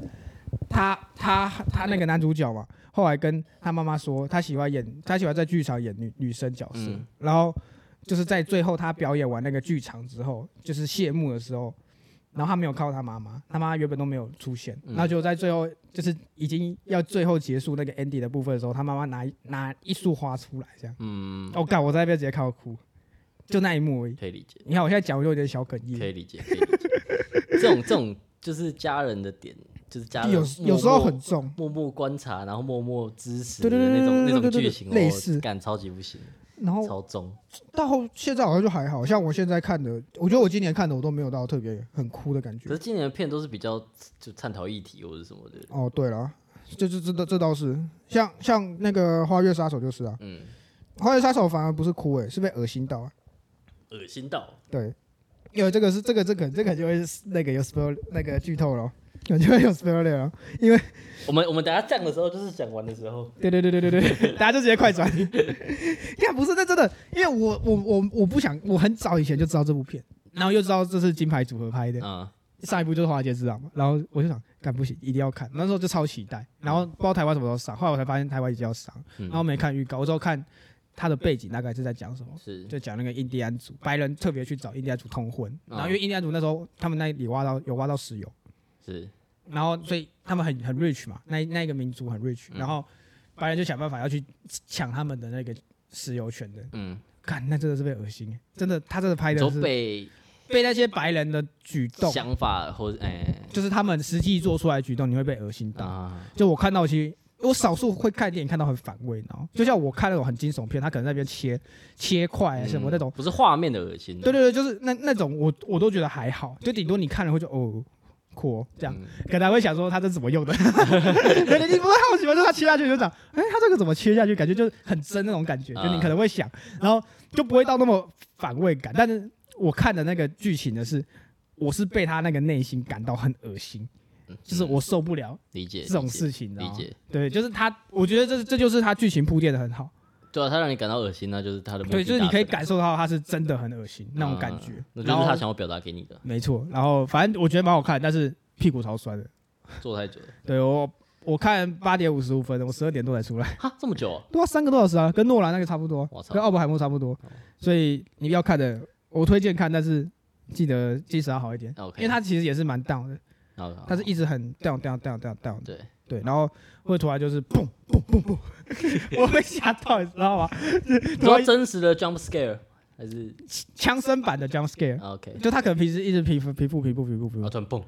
[SPEAKER 3] 他他他那个嗯男主角嘛，后来跟他妈妈说，他喜欢演，他喜欢在剧场演女女生角色，
[SPEAKER 1] 嗯
[SPEAKER 3] 然后就是在最后他表演完那个剧场之后，就是谢幕的时候。然后他没有靠他妈妈，他妈妈原本都没有出现，
[SPEAKER 1] 嗯
[SPEAKER 3] 然后就在最后就是已经要最后结束那个 ending 的部分的时候，他妈妈拿一拿一束花出来，这样，
[SPEAKER 1] 嗯，
[SPEAKER 3] 我、哦、干，我在那边直接看到哭，就那一幕而已。
[SPEAKER 1] 可以理解，
[SPEAKER 3] 你看我现在讲我就有点小哽
[SPEAKER 1] 可
[SPEAKER 3] 咽，
[SPEAKER 1] 以理解，可以理解。这种这种就是家人的点，就是家人
[SPEAKER 3] 有
[SPEAKER 1] 默
[SPEAKER 3] 有时候
[SPEAKER 1] 默
[SPEAKER 3] 很重，
[SPEAKER 1] 默默观察，然后默默支持的
[SPEAKER 3] 对对对
[SPEAKER 1] 那种
[SPEAKER 3] 对对
[SPEAKER 1] 那种
[SPEAKER 3] 对对
[SPEAKER 1] 剧
[SPEAKER 3] 对
[SPEAKER 1] 情，
[SPEAKER 3] 类
[SPEAKER 1] 我
[SPEAKER 3] 似哦
[SPEAKER 1] 感超级不行，
[SPEAKER 3] 然后
[SPEAKER 1] 超重。
[SPEAKER 3] 到后现在好像就还好像我现在看的，我觉得我今年看的我都没有到特别很哭的感
[SPEAKER 1] 可
[SPEAKER 3] 觉
[SPEAKER 1] 是。今年的片都是比较就探讨议题或者什么的，
[SPEAKER 3] 哦，对了，这这这这这倒是，像像那个《花月杀手》就是啊，
[SPEAKER 1] 嗯，
[SPEAKER 3] 《花月杀手》反而不是哭诶、是被恶心到啊。
[SPEAKER 1] 恶心到
[SPEAKER 3] 对，因为这个是这个这个这个就会是那个有 spoil 那个剧透 了，感觉会有 spoil 了。因为
[SPEAKER 1] 我们我们等下降的时候，就是讲完的时候，
[SPEAKER 3] 对对对对对对，大家就直接快 转。看不是那真的，因为我我我我不想，我很早以前就知道这部片，然后又知道这是金牌组合拍的，
[SPEAKER 1] 啊，
[SPEAKER 3] 上一部就是《华尔街之狼》嘛，然后我就想，干不行，一定要看。那时候就超期待，然后不知道台湾什么时候上，后来我才发现台湾已经要上，
[SPEAKER 1] 嗯
[SPEAKER 3] 然后没看预告，我之后看它的背景大概是在讲什么，
[SPEAKER 1] 是
[SPEAKER 3] 就讲那个印第安族白人特别去找印第安族通婚，
[SPEAKER 1] 啊
[SPEAKER 3] 然后因为印第安族那时候他们那里挖到有挖到石油，
[SPEAKER 1] 是，
[SPEAKER 3] 然后所以他们很很 rich 嘛，那那一个民族很 rich，
[SPEAKER 1] 嗯
[SPEAKER 3] 然后白人就想办法要去抢他们的那个石油权的，
[SPEAKER 1] 嗯，
[SPEAKER 3] 看那真的是被恶心，真的他真的拍
[SPEAKER 1] 你
[SPEAKER 3] 的
[SPEAKER 1] 说
[SPEAKER 3] 是
[SPEAKER 1] 被
[SPEAKER 3] 被那些白人的举动。
[SPEAKER 1] 想法或哎
[SPEAKER 3] 就是他们实际做出来的举动，你会被恶心到。
[SPEAKER 1] 啊，
[SPEAKER 3] 就我看到，其实我少数会看电影看到很反胃，然后
[SPEAKER 1] 嗯
[SPEAKER 3] 就像我看那种很惊悚片，他可能在那边切切块啊什么
[SPEAKER 1] 嗯
[SPEAKER 3] 那种，
[SPEAKER 1] 不是画面的恶心啊，
[SPEAKER 3] 对对对，就是那那种我我都觉得还好，就顶多你看了会就哦。酷、哦、这样，
[SPEAKER 1] 嗯
[SPEAKER 3] 可能还会想说他这怎么用的？ 对你不会好奇吗？就是他切下去就讲，哎、他这个怎么切下去？感觉就是很真那种感
[SPEAKER 1] 嗯
[SPEAKER 3] 觉，就你可能会想，然后就不会到那么反胃感。但是我看的那个剧情的是，我是被他那个内心感到很恶心，就是我受不了
[SPEAKER 1] 理解
[SPEAKER 3] 这种
[SPEAKER 1] 理解
[SPEAKER 3] 事情，你知
[SPEAKER 1] 嗯
[SPEAKER 3] 道
[SPEAKER 1] 理
[SPEAKER 3] 吗
[SPEAKER 1] 解，
[SPEAKER 3] 对，就是他，我觉得这这就是他剧情铺垫的很好，
[SPEAKER 1] 对啊，他让你感到恶心，那嗯就是他的目
[SPEAKER 3] 对，
[SPEAKER 1] 的
[SPEAKER 3] 就是你
[SPEAKER 1] 达
[SPEAKER 3] 可以
[SPEAKER 1] 成了
[SPEAKER 3] 感受到他是真的很恶心那种感
[SPEAKER 1] 啊
[SPEAKER 3] 觉，
[SPEAKER 1] 那就
[SPEAKER 3] 然
[SPEAKER 1] 是
[SPEAKER 3] 后
[SPEAKER 1] 他想要表达给你的，
[SPEAKER 3] 没错，然后反正我觉得蛮好看，但是屁股超酸的。
[SPEAKER 1] 做太久了，
[SPEAKER 3] 对我，我看八点五十五分，我十二点多才出来，
[SPEAKER 1] 哈，这么久啊，
[SPEAKER 3] 对啊，三个多小时啊，跟诺兰那个差不多
[SPEAKER 1] 我，操哦
[SPEAKER 3] 跟奥本海默差不多，所以你要看的，我推荐看，但是记得精神要好一点
[SPEAKER 1] OK
[SPEAKER 3] 因为它其实也是蛮 down 的，
[SPEAKER 1] 好好
[SPEAKER 3] 它是一直很 down down down down down 的，
[SPEAKER 1] 哦对，
[SPEAKER 3] 对，然后会突然就是砰砰砰砰，我 被吓到，你知道吗？
[SPEAKER 1] 你
[SPEAKER 3] 突
[SPEAKER 1] 说
[SPEAKER 3] 然
[SPEAKER 1] 真实的 jump scare 还是
[SPEAKER 3] 枪声版的 jump scare，
[SPEAKER 1] 啊 OK，
[SPEAKER 3] 就他可能平时一直皮肤皮肤皮肤皮肤皮
[SPEAKER 1] 然后，
[SPEAKER 3] 肤
[SPEAKER 1] 突然蹦，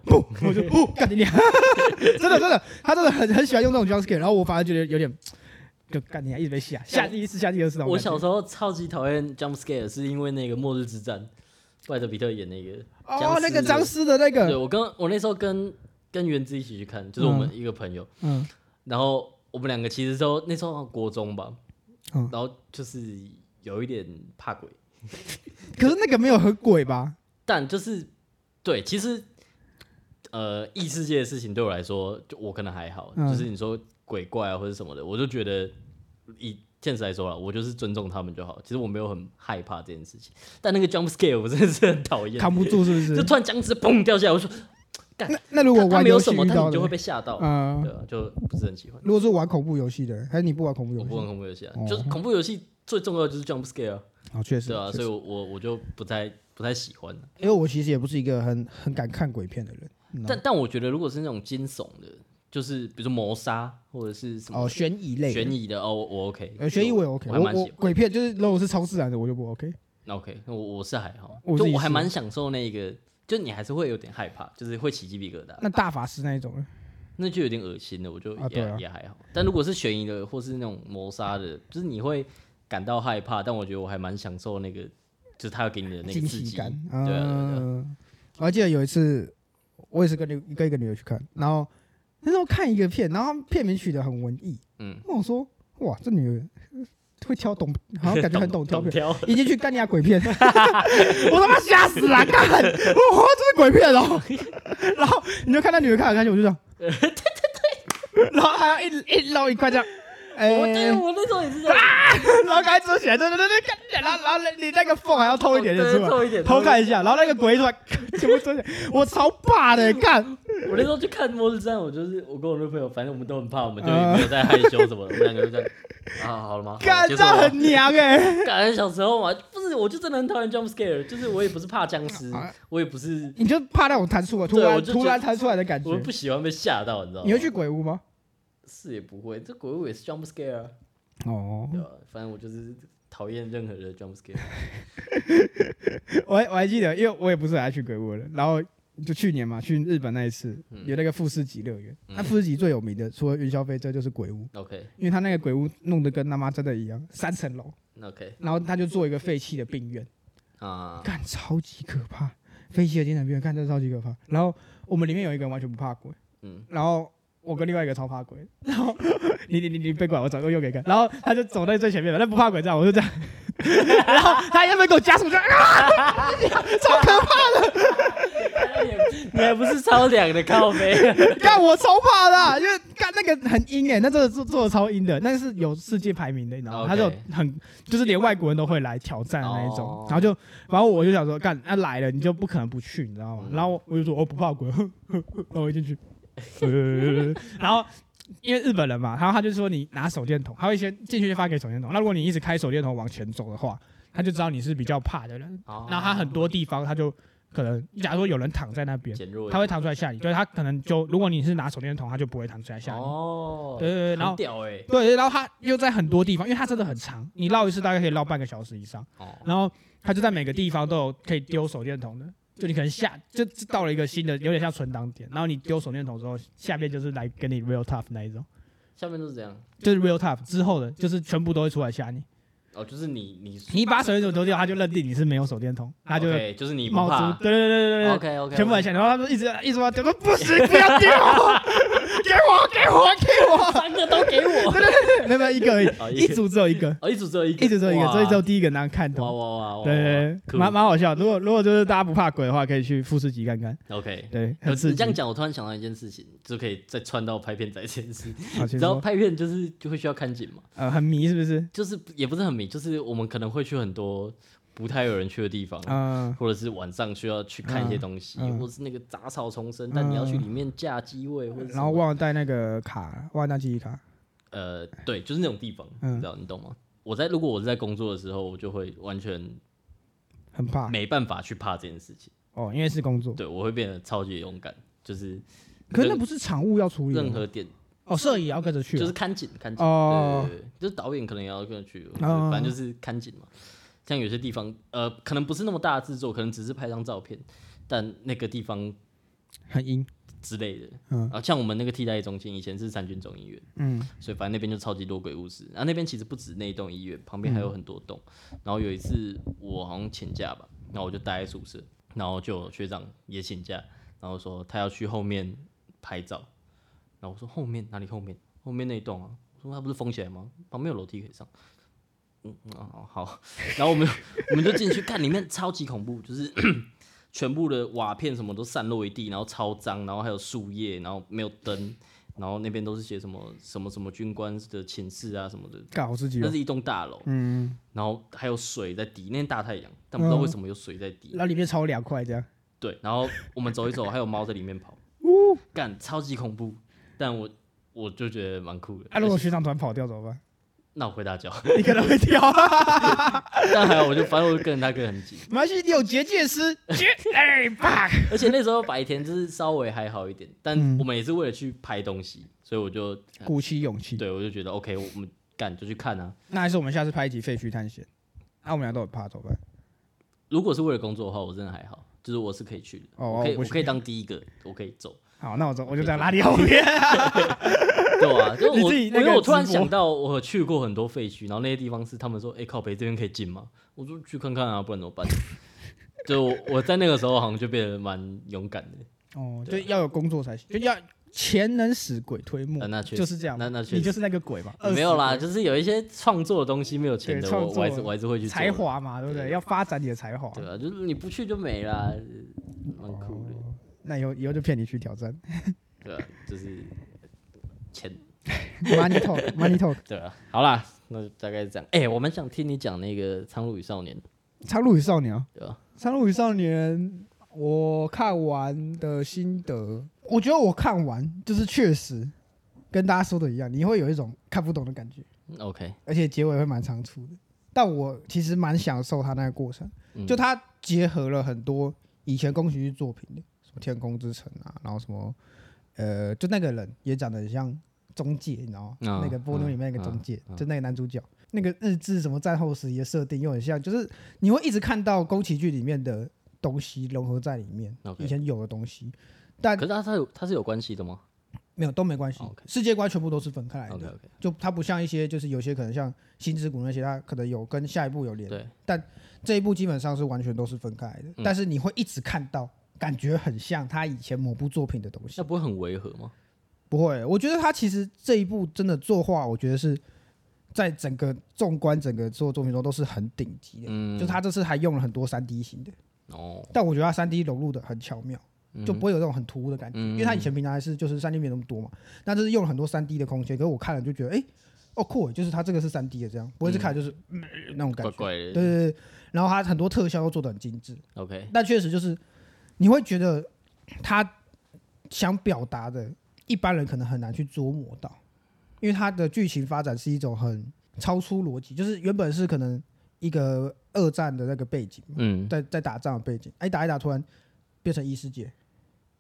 [SPEAKER 3] 我就哦，干你娘！ 真的真的，他真的很很喜欢用这种 jump scare，然后我反而觉得有点，就干你娘，一直被吓，吓第一次，吓第二次那种
[SPEAKER 1] 我
[SPEAKER 3] 感觉。
[SPEAKER 1] 小时候超级讨厌 jump scare，是因为那个《末日之战》，布莱德比特演那个。
[SPEAKER 3] 哦，那个张思的那
[SPEAKER 1] 对
[SPEAKER 3] 个，
[SPEAKER 1] 我跟我那时候跟跟原子一起去看，就是我们一个朋友，
[SPEAKER 3] 嗯，
[SPEAKER 1] 然后我们两个其实都那时候国中吧，
[SPEAKER 3] 嗯
[SPEAKER 1] 然后就是有一点怕鬼，
[SPEAKER 3] 可是那个没有很鬼吧？
[SPEAKER 1] 但就是对，其实呃异世界的事情对我来说，就我可能还好，
[SPEAKER 3] 嗯
[SPEAKER 1] 就是你说鬼怪啊或者什么的，我就觉得以现实来说了，我就是尊重他们就好。其实我没有很害怕这件事情，但那个 jump scare 我真的是很讨厌，
[SPEAKER 3] 扛不住是不？
[SPEAKER 1] 就是突然僵尸砰掉下来，我说
[SPEAKER 3] 那那如果
[SPEAKER 1] 他
[SPEAKER 3] 玩
[SPEAKER 1] 没有
[SPEAKER 3] 游
[SPEAKER 1] 什
[SPEAKER 3] 戏
[SPEAKER 1] 么，
[SPEAKER 3] 遇
[SPEAKER 1] 但
[SPEAKER 3] 到
[SPEAKER 1] 你就会
[SPEAKER 3] 的，
[SPEAKER 1] 被吓到，
[SPEAKER 3] 嗯，
[SPEAKER 1] 对啊，就不是很喜欢。
[SPEAKER 3] 如果是玩恐怖游戏的，还是你不玩恐怖游
[SPEAKER 1] 我不玩
[SPEAKER 3] 戏？
[SPEAKER 1] 恐怖游戏啊，
[SPEAKER 3] 哦
[SPEAKER 1] 就是恐怖游戏最重要的就是 jump scare，啊
[SPEAKER 3] 哦，确实
[SPEAKER 1] 对啊，
[SPEAKER 3] 确
[SPEAKER 1] 所以
[SPEAKER 3] 实
[SPEAKER 1] 我我我就不太不太喜欢。
[SPEAKER 3] 因为我其实也不是一个很很敢看鬼片的人。嗯
[SPEAKER 1] 但但我觉得如果是那种惊悚的，就是比如说谋杀或者是什么
[SPEAKER 3] 哦，悬疑类的，
[SPEAKER 1] 悬疑的哦，我我 OK，
[SPEAKER 3] 呃，悬疑我也 OK，
[SPEAKER 1] 我还
[SPEAKER 3] 我
[SPEAKER 1] 蛮
[SPEAKER 3] 我
[SPEAKER 1] 喜欢
[SPEAKER 3] 鬼片就是如果是超自然的，我就不 OK。
[SPEAKER 1] 那 OK，那我我是还好，
[SPEAKER 3] 我
[SPEAKER 1] 就
[SPEAKER 3] 自己
[SPEAKER 1] 我还
[SPEAKER 3] 是
[SPEAKER 1] 蛮享受那个，就你还是会有点害怕，就是会起鸡皮疙瘩，
[SPEAKER 3] 那大法师那一种呢，
[SPEAKER 1] 那就有点恶心了，我就
[SPEAKER 3] 啊
[SPEAKER 1] 也、
[SPEAKER 3] 对啊
[SPEAKER 1] 也还好。但如果是悬疑的或是那种谋杀的，就是你会感到害怕，但我觉得我还蛮享受那个，就是他要给你的那个
[SPEAKER 3] 惊
[SPEAKER 1] 刺
[SPEAKER 3] 喜
[SPEAKER 1] 激
[SPEAKER 3] 感。
[SPEAKER 1] 对啊对啊对啊
[SPEAKER 3] 嗯我还记得有一次，我也是跟女跟一个女的去看，然后那时候看一个片，然后片名取得很文艺，
[SPEAKER 1] 嗯，
[SPEAKER 3] 我想说哇，这女的
[SPEAKER 2] 呃会挑懂，好像感 觉很懂挑
[SPEAKER 1] 懂
[SPEAKER 2] 片。
[SPEAKER 1] 挑，
[SPEAKER 2] 一进去干你俩鬼片， 我他妈吓死了！干，我哦，这是鬼片哦。 然后你就看那女的看来看去，我就这样，对对对。然后还要一一捞一块这样，哎、
[SPEAKER 1] 我对我那时候也是这样，
[SPEAKER 3] 啊
[SPEAKER 2] 然后赶紧遮起来，对对对对，干你俩然后然后你你那个缝还要偷一点点
[SPEAKER 1] 对
[SPEAKER 2] 出来，
[SPEAKER 1] 凑一点，
[SPEAKER 2] 偷
[SPEAKER 1] 看。
[SPEAKER 2] 看一下，然后那个鬼出来，全部遮起来，我超怕的，干。
[SPEAKER 1] 我那时候去看《末日战》，我就是我跟我女朋友，反正我们都很怕，我们就也没有在害羞 什么的，我们两个就这样啊，好了吗？好
[SPEAKER 2] 干，
[SPEAKER 1] 结
[SPEAKER 2] 这
[SPEAKER 1] 束了吗
[SPEAKER 2] 很娘哎、
[SPEAKER 1] 感觉小时候嘛，不是，我就真的很讨厌 jump scare，就是我也不是怕僵尸
[SPEAKER 2] 啊，
[SPEAKER 1] 我也不是，
[SPEAKER 2] 你就怕那种弹出来，突
[SPEAKER 1] 对我
[SPEAKER 2] 然
[SPEAKER 1] 就
[SPEAKER 2] 突
[SPEAKER 1] 觉
[SPEAKER 2] 然弹出来的感
[SPEAKER 1] 我
[SPEAKER 2] 觉
[SPEAKER 1] 们。不喜欢被吓到，你知道吗？
[SPEAKER 2] 你会去鬼屋吗？
[SPEAKER 1] 是也不会，这鬼屋也是 jump scare 啊，
[SPEAKER 2] 哦，
[SPEAKER 1] 对吧？反正我就是讨厌任何的 jump scare，
[SPEAKER 2] 我还我还记得，因为我也不是很爱去鬼屋的，然后就去年嘛，去日本那一次，有那个富士急乐园，那富士急最有名的，除了云霄飞车就是鬼屋，
[SPEAKER 1] OK
[SPEAKER 2] 因为他那个鬼屋弄得跟他妈真的一样，三层楼，
[SPEAKER 1] OK
[SPEAKER 2] 然后他就做一个废弃的病院，
[SPEAKER 1] 啊，
[SPEAKER 2] 干超级可怕，废弃的精神病院，干真的超级可怕。然后我们里面有一个人完全不怕鬼，
[SPEAKER 1] 嗯，
[SPEAKER 2] 然后我跟另外一个超怕鬼， 然后你你你你被拐，我找个右给看，然后他就走在最前面了，那不怕鬼这样，我就这样， 然后他原本给我加速，我就啊，超可怕，
[SPEAKER 1] 你还不是超凉的靠 背，
[SPEAKER 2] 干我超怕的啊，因为干那个很阴哎、那真的做做的超阴的，那是有世界排名的，你知道吗？
[SPEAKER 1] OK
[SPEAKER 2] 他就很就是连外国人都会来挑战的那一种，
[SPEAKER 1] 哦
[SPEAKER 2] 然后就然后我就想说，干那、来了你就不可能不去，你知道吗？
[SPEAKER 1] 嗯
[SPEAKER 2] 然后我就说我哦不怕鬼， 呵呵呵然后我一进去， 呃然后。因为日本人嘛，然后他就说你拿手电筒，他会先进去就发给手电筒。那如果你一直开手电筒往前走的话，他就知道你是比较怕的人。
[SPEAKER 1] 然
[SPEAKER 2] 然后他很多地方他就可能，假如说有人躺在那边，
[SPEAKER 1] 减弱一点，
[SPEAKER 2] 它会弹出来吓你。对，它可能就如果你是拿手电筒，它就不会弹出来吓你。
[SPEAKER 1] 哦，
[SPEAKER 2] 对对对，然
[SPEAKER 1] 很
[SPEAKER 2] 后
[SPEAKER 1] 屌哎，
[SPEAKER 2] 对，然后它又在很多地方，因为它真的很长，你绕一次大概可以绕半个小时以上。
[SPEAKER 1] 哦，
[SPEAKER 2] 然后它就在每个地方都有可以丢手电筒的，就你可能下就就到了一个新的，有点像存档点，然后你丢手电筒之后，下面就是来跟你 real tough 那一种，
[SPEAKER 1] 下面都是这样，
[SPEAKER 2] 就是 real tough 之后的，就是全部都会出来吓你。
[SPEAKER 1] 哦，就是你你
[SPEAKER 2] 你把手电筒丢掉，他就认定你是没有手电筒，他就会
[SPEAKER 1] OK，就是你不
[SPEAKER 2] 冒
[SPEAKER 1] 怕
[SPEAKER 2] 出，对对对对对对，
[SPEAKER 1] ，OK OK，
[SPEAKER 2] 全部很像，然后他们一直一直要丢，说不行，不要 丢，给我，给我，给我，
[SPEAKER 1] 三个都给 我，
[SPEAKER 2] 没有没有一个而已，
[SPEAKER 1] 哦
[SPEAKER 2] 一
[SPEAKER 1] 个
[SPEAKER 2] 组只有一 个，
[SPEAKER 1] 哦，一组只有一个，
[SPEAKER 2] 一组只有一个，
[SPEAKER 1] 哇
[SPEAKER 2] 所以只有第一个能看
[SPEAKER 1] 哇
[SPEAKER 2] 懂。
[SPEAKER 1] 哇哇哇，
[SPEAKER 2] 对，
[SPEAKER 1] 酷
[SPEAKER 2] 蛮蛮好笑。如果如果就是大家不怕鬼的话，可以去富士急看看。
[SPEAKER 1] OK。
[SPEAKER 2] 对，
[SPEAKER 1] 呃
[SPEAKER 2] 很刺
[SPEAKER 1] 你这样
[SPEAKER 2] 激。
[SPEAKER 1] 讲，我突然想到一件事情，就可以再穿到拍片仔这件事。
[SPEAKER 2] 好，
[SPEAKER 1] 你
[SPEAKER 2] 请
[SPEAKER 1] 知道
[SPEAKER 2] 说。
[SPEAKER 1] 拍片就是就会需要看景嘛，
[SPEAKER 2] 呃，很迷是不是？
[SPEAKER 1] 就是也不是很明，就是我们可能会去很多不太有人去的地方，
[SPEAKER 2] 嗯，
[SPEAKER 1] 或者是晚上需要去看一些东西，
[SPEAKER 2] 嗯嗯
[SPEAKER 1] 或者是那个杂草丛生，但你要去里面架机位或者什么
[SPEAKER 2] 啊然后忘了带那个卡，忘了带记忆卡。
[SPEAKER 1] 呃，对，就是那种地方，
[SPEAKER 2] 嗯
[SPEAKER 1] 你知道你懂吗？我在如果我是在工作的时候，我就会完全
[SPEAKER 2] 很怕
[SPEAKER 1] 没办法去怕这件事情，
[SPEAKER 2] 哦，因为是工作，
[SPEAKER 1] 对我会变得超级勇敢，就是
[SPEAKER 2] 可是那不是场务要处理的
[SPEAKER 1] 任
[SPEAKER 2] 吗，
[SPEAKER 1] 何点
[SPEAKER 2] 哦，摄影也要跟着去
[SPEAKER 1] 就
[SPEAKER 2] 哦
[SPEAKER 1] 是，看景，看景，
[SPEAKER 2] 哦
[SPEAKER 1] 对对对，就是导演可能也要跟着去，或者是
[SPEAKER 2] 哦
[SPEAKER 1] 反正就是看景嘛。像有些地方，呃，可能不是那么大的制作，可能只是拍张照片，但那个地方
[SPEAKER 2] 很阴。
[SPEAKER 1] 之类的，
[SPEAKER 2] 嗯
[SPEAKER 1] 啊，像我们那个替代役中心以前是三军总医院，
[SPEAKER 2] 嗯
[SPEAKER 1] 所以反正那边就超级多鬼故事。然啊后那边其实不止那一栋医院，旁边还有
[SPEAKER 2] 嗯
[SPEAKER 1] 很多栋。然后有一次我好像请假吧，然后我就待在宿舍，然后就有学长也请假，然后说他要去后面拍照。然后我说后面哪里后面？后面那一栋啊。我说他不是封起来吗？旁边有楼梯可以上。嗯，嗯哦好。 然后我们我们就进去看，里面超级恐怖，就是全部的瓦片什么都散落一地，然后超脏，然后还有树叶，然后没有灯，然后那边都是写什么什么什么军官的寝室啊什么的，
[SPEAKER 2] 干好刺激
[SPEAKER 1] 那
[SPEAKER 2] 哦。
[SPEAKER 1] 是一栋大楼，
[SPEAKER 2] 嗯，
[SPEAKER 1] 然后还有水在滴，那天大太阳，但不知道为什么有水在滴。
[SPEAKER 2] 然后里面超凉快这样。
[SPEAKER 1] 对，然后我们走一走，还有猫在里面跑，干超级恐怖，但我我就觉得蛮酷的。
[SPEAKER 2] 啊，如果学长突然跑掉怎么办？
[SPEAKER 1] 那我回大叫，
[SPEAKER 2] 你可能会跳。啊
[SPEAKER 1] 但还好，我就反正我就跟着他跟得很紧，
[SPEAKER 2] 没关系，你有结界师，结哎啪！
[SPEAKER 1] 而且那时候白天就是稍微还好一点，但我们也是为了去拍东西，所以我就
[SPEAKER 2] 鼓起勇气。
[SPEAKER 1] 对我就觉得 OK，我们干就去看啊。
[SPEAKER 2] 那还是我们下次拍一集废墟探险。那、我们俩都很怕，怎么办？
[SPEAKER 1] 如果是为了工作的话，我真的还好，就是我是可以去的，
[SPEAKER 2] 哦
[SPEAKER 1] 我可以
[SPEAKER 2] 我
[SPEAKER 1] 我
[SPEAKER 2] 不
[SPEAKER 1] 可以当第一个，我可以走，
[SPEAKER 2] 好，那我走，我就在拉你后 面。
[SPEAKER 1] 对啊， 就
[SPEAKER 2] 你
[SPEAKER 1] 我
[SPEAKER 2] 自己那个
[SPEAKER 1] 因为我突然
[SPEAKER 2] 直播
[SPEAKER 1] 想到，我去过很多废墟，然后那些地方是他们说，哎、靠北这边可以进吗？我说去看看啊，不然怎么办？ 就我在那个时候好像就变得蛮勇敢的，
[SPEAKER 2] 哦，就要有工作才行，就要钱能使鬼推磨
[SPEAKER 1] 呃，那确实
[SPEAKER 2] 就是这样，
[SPEAKER 1] 那那确实
[SPEAKER 2] 你就是那个鬼嘛，
[SPEAKER 1] 没有啦，
[SPEAKER 2] 20
[SPEAKER 1] 就是有一些创作的东西没有钱的，
[SPEAKER 2] 对
[SPEAKER 1] 我
[SPEAKER 2] 创
[SPEAKER 1] 我
[SPEAKER 2] 作
[SPEAKER 1] 还是我还是会去做
[SPEAKER 2] 鬼，才，华嘛，对不对？
[SPEAKER 1] 对
[SPEAKER 2] 要发展你的才华，
[SPEAKER 1] 对吧、就是你不去就没啦，蛮酷的，
[SPEAKER 2] 那以后以后就骗你去 挑战
[SPEAKER 1] 对吧、就是钱，
[SPEAKER 2] money talk money talk
[SPEAKER 1] 对吧、好啦，那大概是这样。哎、我蛮想听你讲那个《苍鹭与少年》，
[SPEAKER 3] 《苍鹭与少年》啊，
[SPEAKER 1] 对吧、
[SPEAKER 3] 《苍鹭与少年》，我看完的心得，我觉得我看完就是确实跟大家说的一样，你会有一种看不懂的感觉，
[SPEAKER 1] o k
[SPEAKER 3] 而且结尾会蛮仓促的。但我其实蛮享受他那个过程，
[SPEAKER 1] 嗯、
[SPEAKER 3] 就它结合了很多以前宫崎骏作品的，什么《天空之城》啊，然后什么，呃，就那个人也长得很像中介，你知道吗？
[SPEAKER 1] 嗯
[SPEAKER 3] 那个波妞里面那个中介，
[SPEAKER 1] 嗯嗯
[SPEAKER 3] 就那个男主角，那个日志什么战后时期的设定又很像，就是你会一直看到宫崎骏里面的东西融合在里面
[SPEAKER 1] OK
[SPEAKER 3] 以前有的东西，但
[SPEAKER 1] 可是它它有它是有关系的吗
[SPEAKER 3] 没有都没关系
[SPEAKER 1] 哦 OK
[SPEAKER 3] 世界观全部都是分开来的。
[SPEAKER 1] ？OK OK，
[SPEAKER 3] 就它不像一些，就是有些可能像《星之谷》那些，它可能有跟下一部有连，
[SPEAKER 1] 对，
[SPEAKER 3] 这一部基本上是完全都是分开来的，
[SPEAKER 1] 嗯
[SPEAKER 3] 但是你会一直看到，感觉很像他以前某部作品的东西
[SPEAKER 1] 那。不会很违和吗？
[SPEAKER 3] 不会，我觉得他其实这一部真的作画，我觉得是在整个纵观整个所有作品中都是很顶级的。
[SPEAKER 1] 嗯，
[SPEAKER 3] 就他这次还用了很多三 D 型的，
[SPEAKER 1] 哦，
[SPEAKER 3] 但我觉得他三 D 融入的很巧妙，就不会有这种很突兀的感觉。
[SPEAKER 1] 嗯
[SPEAKER 3] 因为他以前平常还是就是三 D 没有那么多嘛，那这是用了很多三 D 的空间，可是我看了就觉得，哎，哦酷耶，就是他这个是三 D 的这样，不会是看就是、嗯那种感
[SPEAKER 1] 怪
[SPEAKER 3] 觉。
[SPEAKER 1] 怪
[SPEAKER 3] 对
[SPEAKER 1] 的，
[SPEAKER 3] 对对，然后他很多特效都做的很精致，
[SPEAKER 1] ，OK，
[SPEAKER 3] 但确实就是你会觉得他想表达的，一般人可能很难去琢磨到，因为他的剧情发展是一种很超出逻辑，就是原本是可能一个二战的那个背景，
[SPEAKER 1] 嗯，
[SPEAKER 3] 在在打仗的背景，哎打一打突然变成异世界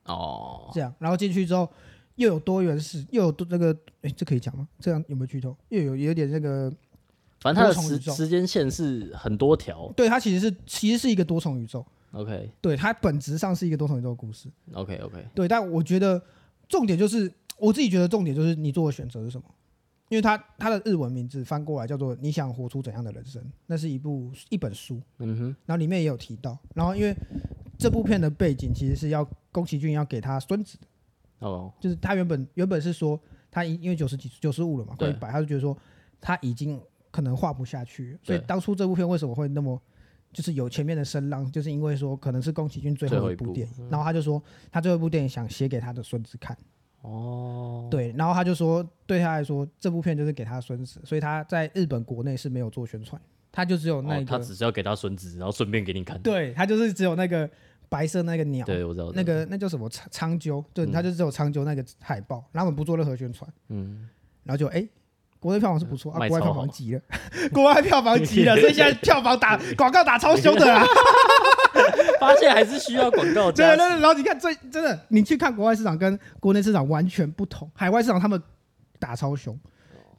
[SPEAKER 1] 哦，
[SPEAKER 3] 这样，然后进去之后。又有多元世，又有多那个，哎、这可以讲吗？这样有没有剧透？又有有点那个，
[SPEAKER 1] 反正它的
[SPEAKER 3] 多重宇
[SPEAKER 1] 时
[SPEAKER 3] 宙
[SPEAKER 1] 时间线是很多条
[SPEAKER 3] 对，它其实是其实是一个多重宇宙，
[SPEAKER 1] ，OK
[SPEAKER 3] 对，它本质上是一个多重宇宙的故事。
[SPEAKER 1] OK OK，
[SPEAKER 3] 对，但我觉得重点就是我自己觉得重点就是你做的选择是什么，因为它它的日文名字翻过来叫做《你想活出怎样的人生》，那是一部一本书，
[SPEAKER 1] 嗯哼，
[SPEAKER 3] 然后里面也有提到，然后因为这部片的背景其实是要宫崎骏要给他孙子的，
[SPEAKER 1] 哦，
[SPEAKER 3] 就是他原本原本是说他因因为九十几九十五了嘛，快一
[SPEAKER 1] 对
[SPEAKER 3] 百，他就觉得说他已经可能画不下去了，所以
[SPEAKER 1] 对
[SPEAKER 3] 当初这部片为什么会那么就是有前面的声浪，就是因为说可能是宫崎骏最
[SPEAKER 1] 最
[SPEAKER 3] 后
[SPEAKER 1] 后
[SPEAKER 3] 一
[SPEAKER 1] 一部嗯
[SPEAKER 3] 部电影，然后他就说他最后一部电影想写给他的孙子看，
[SPEAKER 1] 哦，
[SPEAKER 3] 对，然后他就说对他来说这部片就是给他孙子，所以他在日本国内是没有做宣传，他就只有那
[SPEAKER 1] 哦，
[SPEAKER 3] 一
[SPEAKER 1] 他
[SPEAKER 3] 个，
[SPEAKER 1] 只是要给他孙子，然后顺便给你看。
[SPEAKER 3] 对他就是只有那个白色那个鸟，
[SPEAKER 1] 哦对，嗯我知道我知道
[SPEAKER 3] 那个那叫什么苍苍鸠，对，他就只有苍鸠那个海报，然后我们不做任何宣传，
[SPEAKER 1] 嗯，
[SPEAKER 3] 然后就哎、国内票房是不错啊，
[SPEAKER 1] 卖
[SPEAKER 3] 国外
[SPEAKER 1] 超
[SPEAKER 3] 票
[SPEAKER 1] 好
[SPEAKER 3] 房急了， 国外票房急 了，所以现在票房打广告打超凶的啦。
[SPEAKER 1] 发现还是需要广告
[SPEAKER 3] 对
[SPEAKER 1] 加
[SPEAKER 3] 对对，然后你看最真的，你去看国外市场跟国内市场完全不同，海外市场他们打超凶，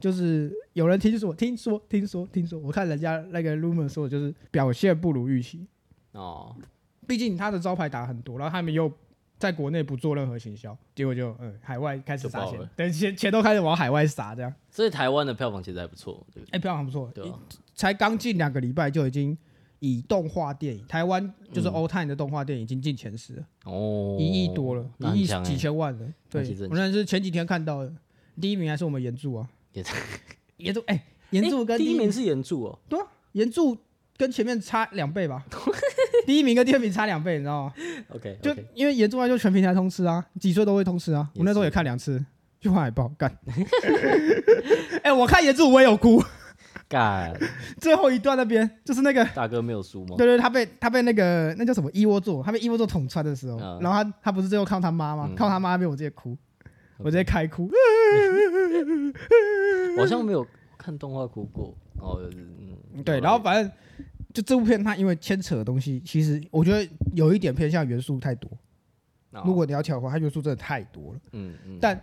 [SPEAKER 3] 就是有人听说听说听说听说，我看人家那个 rumor 说的就是表现不如预期，
[SPEAKER 1] 哦，
[SPEAKER 3] 毕竟他的招牌打很多，然后他们又。在国内不做任何行销，结果就嗯，海外开始
[SPEAKER 1] 就
[SPEAKER 3] 撒
[SPEAKER 1] 爆
[SPEAKER 3] 钱
[SPEAKER 1] 了，
[SPEAKER 3] 对钱钱都开始往海外撒，这样，
[SPEAKER 1] 所以台湾的票房其实还不错，对不
[SPEAKER 3] 哎、票房不错，
[SPEAKER 1] 对？对啊，
[SPEAKER 3] 才刚进两个礼拜就已经以动画电影，台湾就是
[SPEAKER 1] 嗯
[SPEAKER 3] 欧泰的动画电影已经进前十了，
[SPEAKER 1] 哦，
[SPEAKER 3] 一、亿多了，
[SPEAKER 1] 那
[SPEAKER 3] 一亿
[SPEAKER 1] 很强
[SPEAKER 3] 几
[SPEAKER 1] 哎，
[SPEAKER 3] 千万了。对
[SPEAKER 1] 那其实，很
[SPEAKER 3] 我那是前几天看到的，第一名还是我们岩柱啊，
[SPEAKER 1] 也是
[SPEAKER 3] 岩柱 哎、岩柱跟
[SPEAKER 1] 第一
[SPEAKER 3] 一
[SPEAKER 1] 名是原著哦，
[SPEAKER 3] 对啊，岩柱跟前面差两 倍吧，第一名跟第二名差两倍，你知道吗？
[SPEAKER 1] OK，
[SPEAKER 3] 就因为岩柱啊，就全平台通吃啊，几岁都会通吃啊，
[SPEAKER 1] 也
[SPEAKER 3] 我那时候
[SPEAKER 1] 是
[SPEAKER 3] 也看两次，去看海报 干，哎、我看岩柱我也有哭，
[SPEAKER 1] 干
[SPEAKER 3] 最后一段那边就是那个。
[SPEAKER 1] 大哥没有输 吗？
[SPEAKER 3] 对对，他被他被那个那叫什么，E 一窝座，他被一窝座捅穿的时候，
[SPEAKER 1] 嗯
[SPEAKER 3] 然后他他不是最后靠他妈吗？
[SPEAKER 1] 嗯
[SPEAKER 3] 靠他妈那边我直接哭，我直接开哭。
[SPEAKER 1] 我好像没有看动画哭过，哦，嗯
[SPEAKER 3] 对，然后反正就这部片，它因为牵扯的东西，其实我觉得有一点偏向元素太多。
[SPEAKER 1] 哦
[SPEAKER 3] 如果你要挑的话，它元素真的太多了。
[SPEAKER 1] 嗯嗯，
[SPEAKER 3] 但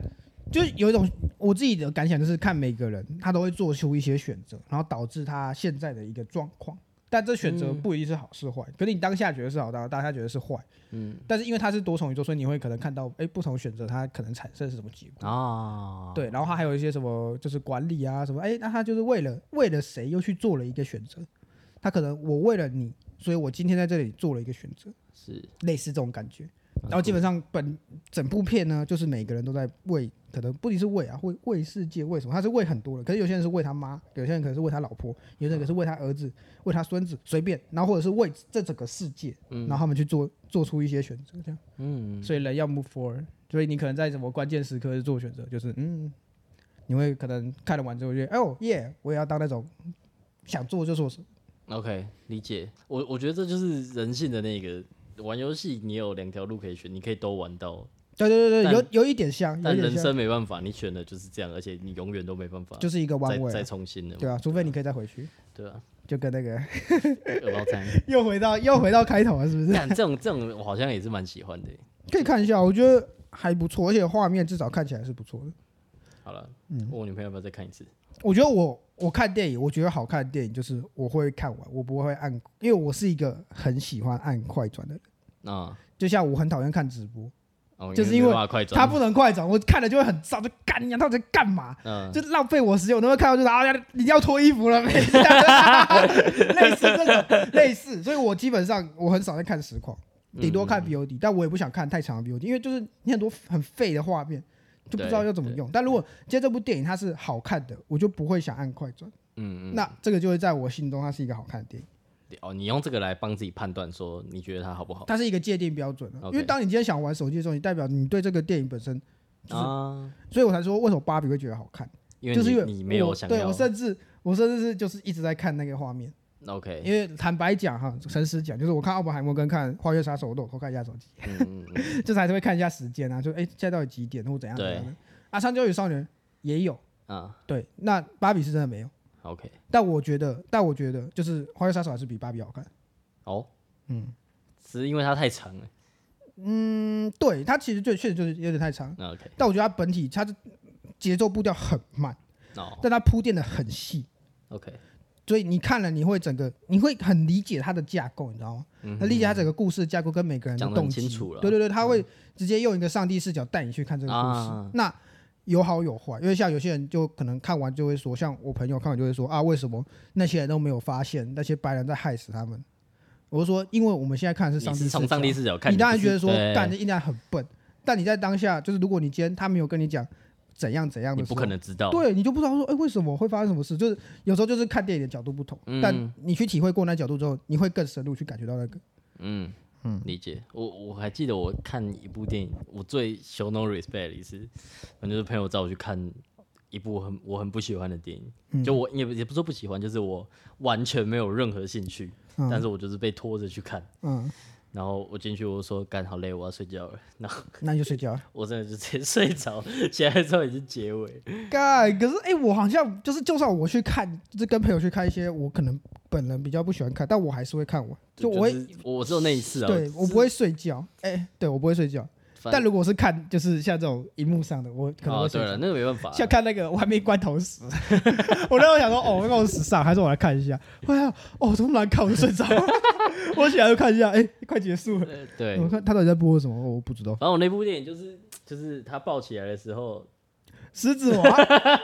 [SPEAKER 3] 就是有一种我自己的感想，就是看每个人他都会做出一些选择，然后导致他现在的一个状况。但这选择
[SPEAKER 1] 嗯
[SPEAKER 3] 不一定是好是坏，可是你当下觉得是好，当当下觉得是坏，
[SPEAKER 1] 嗯
[SPEAKER 3] 但是因为它是多重宇宙，所以你会可能看到，哎，不同选择它可能产生是什么结果。
[SPEAKER 1] 啊，
[SPEAKER 3] 对，然后它还有一些什么就是管理啊什么，哎，那它就是为了为了谁又去做了一个选择，它可能我为了你，所以我今天在这里做了一个选择，
[SPEAKER 1] 是
[SPEAKER 3] 类似这种感觉。然后基本上本整部片呢，就是每个人都在为，可能不仅是为啊，为为世界，为什么？他是为很多人，可是有些人是为他妈，有些人可能是为他老婆，有些人可能是为他儿子、为他孙子，随便，然后或者是为这整个世界，然后他们去做做出一些选择，这样。
[SPEAKER 1] 嗯，
[SPEAKER 3] 所以人要 move forward，所以你可能在什么关键时刻做选择，就是嗯，你会可能看了完之后就觉得，哦耶，我也要当那种想做就做事，
[SPEAKER 1] OK，理解。我我觉得这就是人性的那个，玩游戏你有两条路可以选，你可以都玩到，
[SPEAKER 3] 对对对对，
[SPEAKER 1] 但
[SPEAKER 3] 有有一点像，有
[SPEAKER 1] 但
[SPEAKER 3] 一
[SPEAKER 1] 人
[SPEAKER 3] 点像，
[SPEAKER 1] 生没办法，你选的就是这样，而且你永远都没办法
[SPEAKER 3] 就是一个
[SPEAKER 1] 再
[SPEAKER 3] one
[SPEAKER 1] 再
[SPEAKER 3] way，
[SPEAKER 1] 重新的嘛，
[SPEAKER 3] 对啊，除非你可以再回去，
[SPEAKER 1] 对啊，
[SPEAKER 3] 就跟 那个
[SPEAKER 1] 有包餐。
[SPEAKER 3] 又回到又回到开头了，是不是？
[SPEAKER 1] 但这种这种我好像也是蛮喜欢的。
[SPEAKER 3] 可以看一下，我觉得还不错，而且画面至少看起来是不错的。
[SPEAKER 1] 好了，
[SPEAKER 3] 嗯
[SPEAKER 1] 问我女朋友要不要再看一次？
[SPEAKER 3] 我觉得我我看电影，我觉得好看的电影就是我会看完，我不会按，因为我是一个很喜欢按快转的人，
[SPEAKER 1] 啊，
[SPEAKER 3] 就像我很讨厌看直播。
[SPEAKER 1] 哦
[SPEAKER 3] 就是因为
[SPEAKER 1] 没办法快转
[SPEAKER 3] 他不能快转，我看了就会很燥，就干你娘，到底在干嘛？
[SPEAKER 1] 嗯，
[SPEAKER 3] 就浪费我时间，我都会看到就是啊，你要脱 衣服了没？类似这种类似，所以我基本上我很少在看实况，
[SPEAKER 1] 嗯
[SPEAKER 3] 顶多看 VOD，、但我也不想看太长的 VOD，因为就是你很多很废的画面，就不知道要怎么用。但如果今天这部电影它是好看的，我就不会想按快转，
[SPEAKER 1] 嗯嗯，
[SPEAKER 3] 那这个就会在我心中它是一个好看的电影，
[SPEAKER 1] 哦，你用这个来帮自己判断说你觉得它好不好
[SPEAKER 3] 它是一个界定标准、啊。
[SPEAKER 1] OK
[SPEAKER 3] 因为当你今天想玩手机的时候，你代表你对这个电影本身，就是
[SPEAKER 1] 啊？
[SPEAKER 3] 所以我才说为什么芭比会觉得好看。
[SPEAKER 1] 因为
[SPEAKER 3] 就是因为
[SPEAKER 1] 你你没有
[SPEAKER 3] 我
[SPEAKER 1] 想
[SPEAKER 3] 对
[SPEAKER 1] 要
[SPEAKER 3] 我甚至我甚至是就是一直在看那个画面，
[SPEAKER 1] OK，
[SPEAKER 3] 因为坦白讲哈，诚实讲，就是我看《奥本海默》跟看《花月杀手》，我都有偷看一下手机，
[SPEAKER 1] 嗯嗯嗯
[SPEAKER 3] 就是还是会看一下时间啊，就哎、现在到底几点或怎样怎样的。啊，《香蕉与少年》也有，
[SPEAKER 1] 啊
[SPEAKER 3] 对，那芭比是真的没有，
[SPEAKER 1] ，OK，
[SPEAKER 3] 但我觉得，但我觉得就是《花月杀手》还是比芭比好看。
[SPEAKER 1] 哦，嗯，只是因为它太长了。
[SPEAKER 3] 嗯，对，它其实就确实就是有点太长，
[SPEAKER 1] 那 OK，
[SPEAKER 3] 但我觉得它本体它的节奏步调很慢，
[SPEAKER 1] 哦
[SPEAKER 3] 但它铺垫的很细，
[SPEAKER 1] ，OK，
[SPEAKER 3] 所以你看了，你会整个你会很理解它的架构，你知道吗？
[SPEAKER 1] 嗯
[SPEAKER 3] 他理解他整个故事的架构跟每个人的
[SPEAKER 1] 讲得
[SPEAKER 3] 动
[SPEAKER 1] 很
[SPEAKER 3] 机。
[SPEAKER 1] 清楚了嗯
[SPEAKER 3] 对对对，他会直接用一个上帝视角带你去看这个故事。
[SPEAKER 1] 啊
[SPEAKER 3] 那有好有坏，因为像有些人就可能看完就会说，像我朋友看完就会说啊，为什么那些人都没有发现那些白人在害死他们？我就说，因为我们现在看的是上
[SPEAKER 1] 你
[SPEAKER 3] 帝
[SPEAKER 1] 是
[SPEAKER 3] 视角，
[SPEAKER 1] 从上帝视角看，
[SPEAKER 3] 你当然
[SPEAKER 1] 不是
[SPEAKER 3] 觉得说
[SPEAKER 1] 对
[SPEAKER 3] 干这一男很笨，但你在当下就是如果你今天他没有跟你讲怎样怎样
[SPEAKER 1] 你
[SPEAKER 3] 的时
[SPEAKER 1] 不
[SPEAKER 3] 候，
[SPEAKER 1] 可能知道，
[SPEAKER 3] 对你就不知道说，哎、为什么会发生什么事？就是有时候就是看电影的角度不同，
[SPEAKER 1] 嗯
[SPEAKER 3] 但你去体会过那角度之后，你会更深入去感觉到那个。
[SPEAKER 1] 嗯嗯，理解。我我还记得我看一部电影，我最 show no respect 的一次，反正就是朋友找我去看一部很我很不喜欢的电
[SPEAKER 3] 嗯
[SPEAKER 1] 影，就我也不也不是说不喜欢，就是我完全没有任何兴趣，但是我就是被拖着去看。
[SPEAKER 3] 嗯，
[SPEAKER 1] 然后我进去，我就说干好累，我要睡觉了。然后
[SPEAKER 3] 那你就睡觉。
[SPEAKER 1] 我真的就直接睡着， 起来之后已经结尾。
[SPEAKER 3] 干，可是哎、我好像就是，就算我去看，就是跟朋友去看一些我可能本人比较不喜欢看，但我还是会看完。就我会，
[SPEAKER 1] 是我只有那一次啊，
[SPEAKER 3] 对我不会睡觉。哎、对我不会睡觉。
[SPEAKER 1] 反
[SPEAKER 3] 但如果是看，就是像这种荧幕上的，我可能
[SPEAKER 1] 哦
[SPEAKER 3] 会睡
[SPEAKER 1] 对
[SPEAKER 3] 觉。
[SPEAKER 1] 了，那个没办法啊，
[SPEAKER 3] 像看那个《我还没关头死》， 我那时候想说，哦，那我时尚，还是我来看一下。哎呀，哦，突然看我就睡着， 我起来就看一下，哎、快结束了。
[SPEAKER 1] 呃对。
[SPEAKER 3] 我看他到底在播什么，哦我不知道。
[SPEAKER 1] 反正我那部电影就是就是他抱起来的时候，
[SPEAKER 3] 狮子王啊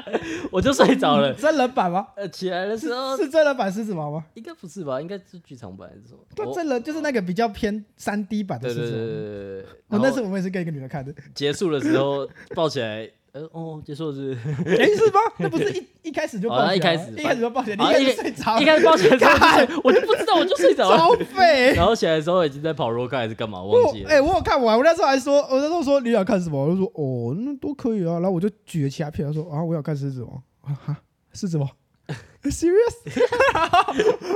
[SPEAKER 1] 我就睡着了。
[SPEAKER 3] 真人版吗？
[SPEAKER 1] 呃，起来的时候
[SPEAKER 3] 是真人版狮子王吗？
[SPEAKER 1] 应该不是吧？应该是剧场版还是什么？
[SPEAKER 3] 对，
[SPEAKER 1] 我
[SPEAKER 3] 真人就是那个比较偏三 D 版的
[SPEAKER 1] 对
[SPEAKER 3] 狮
[SPEAKER 1] 对对
[SPEAKER 3] 子王。
[SPEAKER 1] 对对对。
[SPEAKER 3] 我
[SPEAKER 1] 然
[SPEAKER 3] 哦那
[SPEAKER 1] 后
[SPEAKER 3] 次我们也是跟一个女的看 的，
[SPEAKER 1] 结束的时候抱起来，呃哦，结束了是不是。
[SPEAKER 3] 哎、是吗？那不是 一一开始就
[SPEAKER 1] 哦
[SPEAKER 3] 抱起来吗，
[SPEAKER 1] 一开始
[SPEAKER 3] 一开始就抱起来，你
[SPEAKER 1] 好
[SPEAKER 3] 一开始
[SPEAKER 1] 一
[SPEAKER 3] 睡着
[SPEAKER 1] 一，开始抱起来之后就睡，我就不知道，我就睡着 了。
[SPEAKER 3] 超废。
[SPEAKER 1] 然后起来的时候已经在跑 r o c 还是干嘛，
[SPEAKER 3] 我
[SPEAKER 1] 忘记
[SPEAKER 3] 哎、
[SPEAKER 1] 了。
[SPEAKER 3] 我有看完，我那时候还说，我那时候说你想看什么，我就说哦，那都可以啊。然后我就举了其他片，他说啊，我想看狮子王，啊哈，狮子王 ，serious？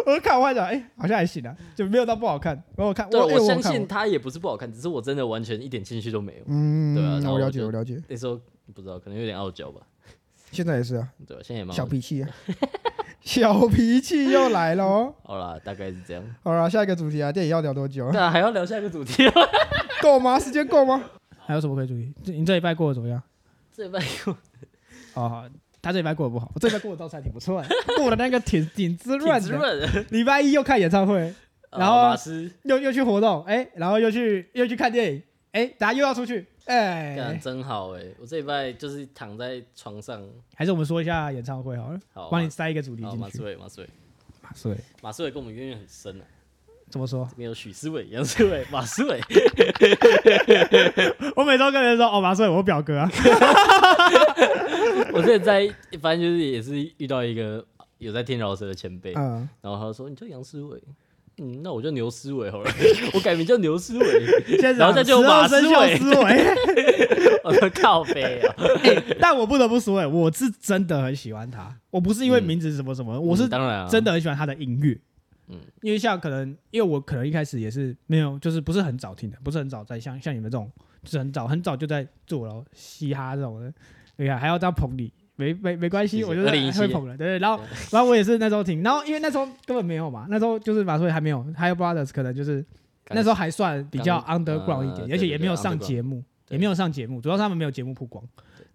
[SPEAKER 3] 我就看完讲，哎、好像还行啊，就没有到不好看。然后我看，
[SPEAKER 1] 对，
[SPEAKER 3] 我、哎
[SPEAKER 1] 我
[SPEAKER 3] 我
[SPEAKER 1] 相
[SPEAKER 3] 看
[SPEAKER 1] 信
[SPEAKER 3] 完，
[SPEAKER 1] 他也不是不好看，只是我真的完全一点兴趣都没有。
[SPEAKER 3] 嗯，
[SPEAKER 1] 对啊然后
[SPEAKER 3] 我
[SPEAKER 1] 我
[SPEAKER 3] 了解，
[SPEAKER 1] 就
[SPEAKER 3] 我了解，
[SPEAKER 1] 那时候不知道，可能有点傲娇吧。
[SPEAKER 3] 现在也是啊，
[SPEAKER 1] 对吧？现在也蛮
[SPEAKER 3] 小
[SPEAKER 1] 傲
[SPEAKER 3] 脾气、啊，小脾气又来 了哦。
[SPEAKER 1] 好啦，大概是这样。
[SPEAKER 3] 好了，下一个主题啊，电影要聊多久？
[SPEAKER 1] 那还要聊下一个主题吗？
[SPEAKER 3] 够吗？时间够吗？还有什么可以注意？这你这礼拜过得怎么样？
[SPEAKER 1] 这半
[SPEAKER 3] 哦，好他这礼拜过得不好，我这礼拜过得倒是还挺不 错的，过得那个挺挺滋润
[SPEAKER 1] 挺滋
[SPEAKER 3] 的。
[SPEAKER 1] 润的。
[SPEAKER 3] 礼拜一又看演唱会，然后
[SPEAKER 1] 啊马斯
[SPEAKER 3] 又又去活动，哎、然后又去又去看电影，哎、大家又要出去，哎、
[SPEAKER 1] 干真好哎、我这礼拜就是躺在床上，
[SPEAKER 2] 还是我们说一下演唱会好了，
[SPEAKER 1] 好，啊
[SPEAKER 2] 帮你塞一个主题
[SPEAKER 1] 好
[SPEAKER 2] 进
[SPEAKER 1] 马思
[SPEAKER 2] 去。
[SPEAKER 1] 伟，马思伟，
[SPEAKER 2] 马思维
[SPEAKER 1] 马思伟跟我们渊源很深啊。
[SPEAKER 3] 怎么说？
[SPEAKER 1] 没有许思伟、杨思 伟、马思伟，
[SPEAKER 2] 我每周跟人说，哦，马帅，我 表哥啊，
[SPEAKER 1] 我之前在反正就是也是遇到一个有在听饶舌的前
[SPEAKER 2] 啊
[SPEAKER 1] 辈，
[SPEAKER 3] 嗯，
[SPEAKER 1] 然后他说你叫杨思伟，嗯，那我叫牛思伟好了， 我改名叫牛思伟，
[SPEAKER 2] 现在
[SPEAKER 1] 然后再就
[SPEAKER 2] 十
[SPEAKER 1] 马
[SPEAKER 2] 二
[SPEAKER 1] 思
[SPEAKER 2] 生肖
[SPEAKER 1] 伟，
[SPEAKER 2] 思维。
[SPEAKER 1] 我说靠背啊，
[SPEAKER 2] 欸 但我不得不说，哎，我是真的很喜欢他，我不是因为名字什么什么， 我是
[SPEAKER 1] 嗯当然啊，
[SPEAKER 2] 真的很喜欢他的音乐。
[SPEAKER 1] 嗯
[SPEAKER 2] 嗯，因为像可能，因为我可能一开始也是没有，就是不是很早听的，不是很早在像像你们这种，就是很早很早就在做了嘻哈这种的，你看还要这样捧你，没没没关
[SPEAKER 1] 谢
[SPEAKER 2] 系，
[SPEAKER 1] 谢
[SPEAKER 2] 我就是
[SPEAKER 1] 2017
[SPEAKER 2] 会捧人，对。然后然后我也是那时候听，然后因为那时候根本没有嘛，那时候就是马瑞还没有，还有 Brothers 可能就是
[SPEAKER 1] 刚
[SPEAKER 2] 那时候还算比较
[SPEAKER 1] 刚
[SPEAKER 2] underground 一点，
[SPEAKER 1] 呃
[SPEAKER 2] 而且也
[SPEAKER 1] 对对
[SPEAKER 2] 没有
[SPEAKER 1] 对
[SPEAKER 2] 上
[SPEAKER 1] underground
[SPEAKER 2] 节目，
[SPEAKER 1] 对
[SPEAKER 2] 也没有上节目，主要是他们没有节目曝光。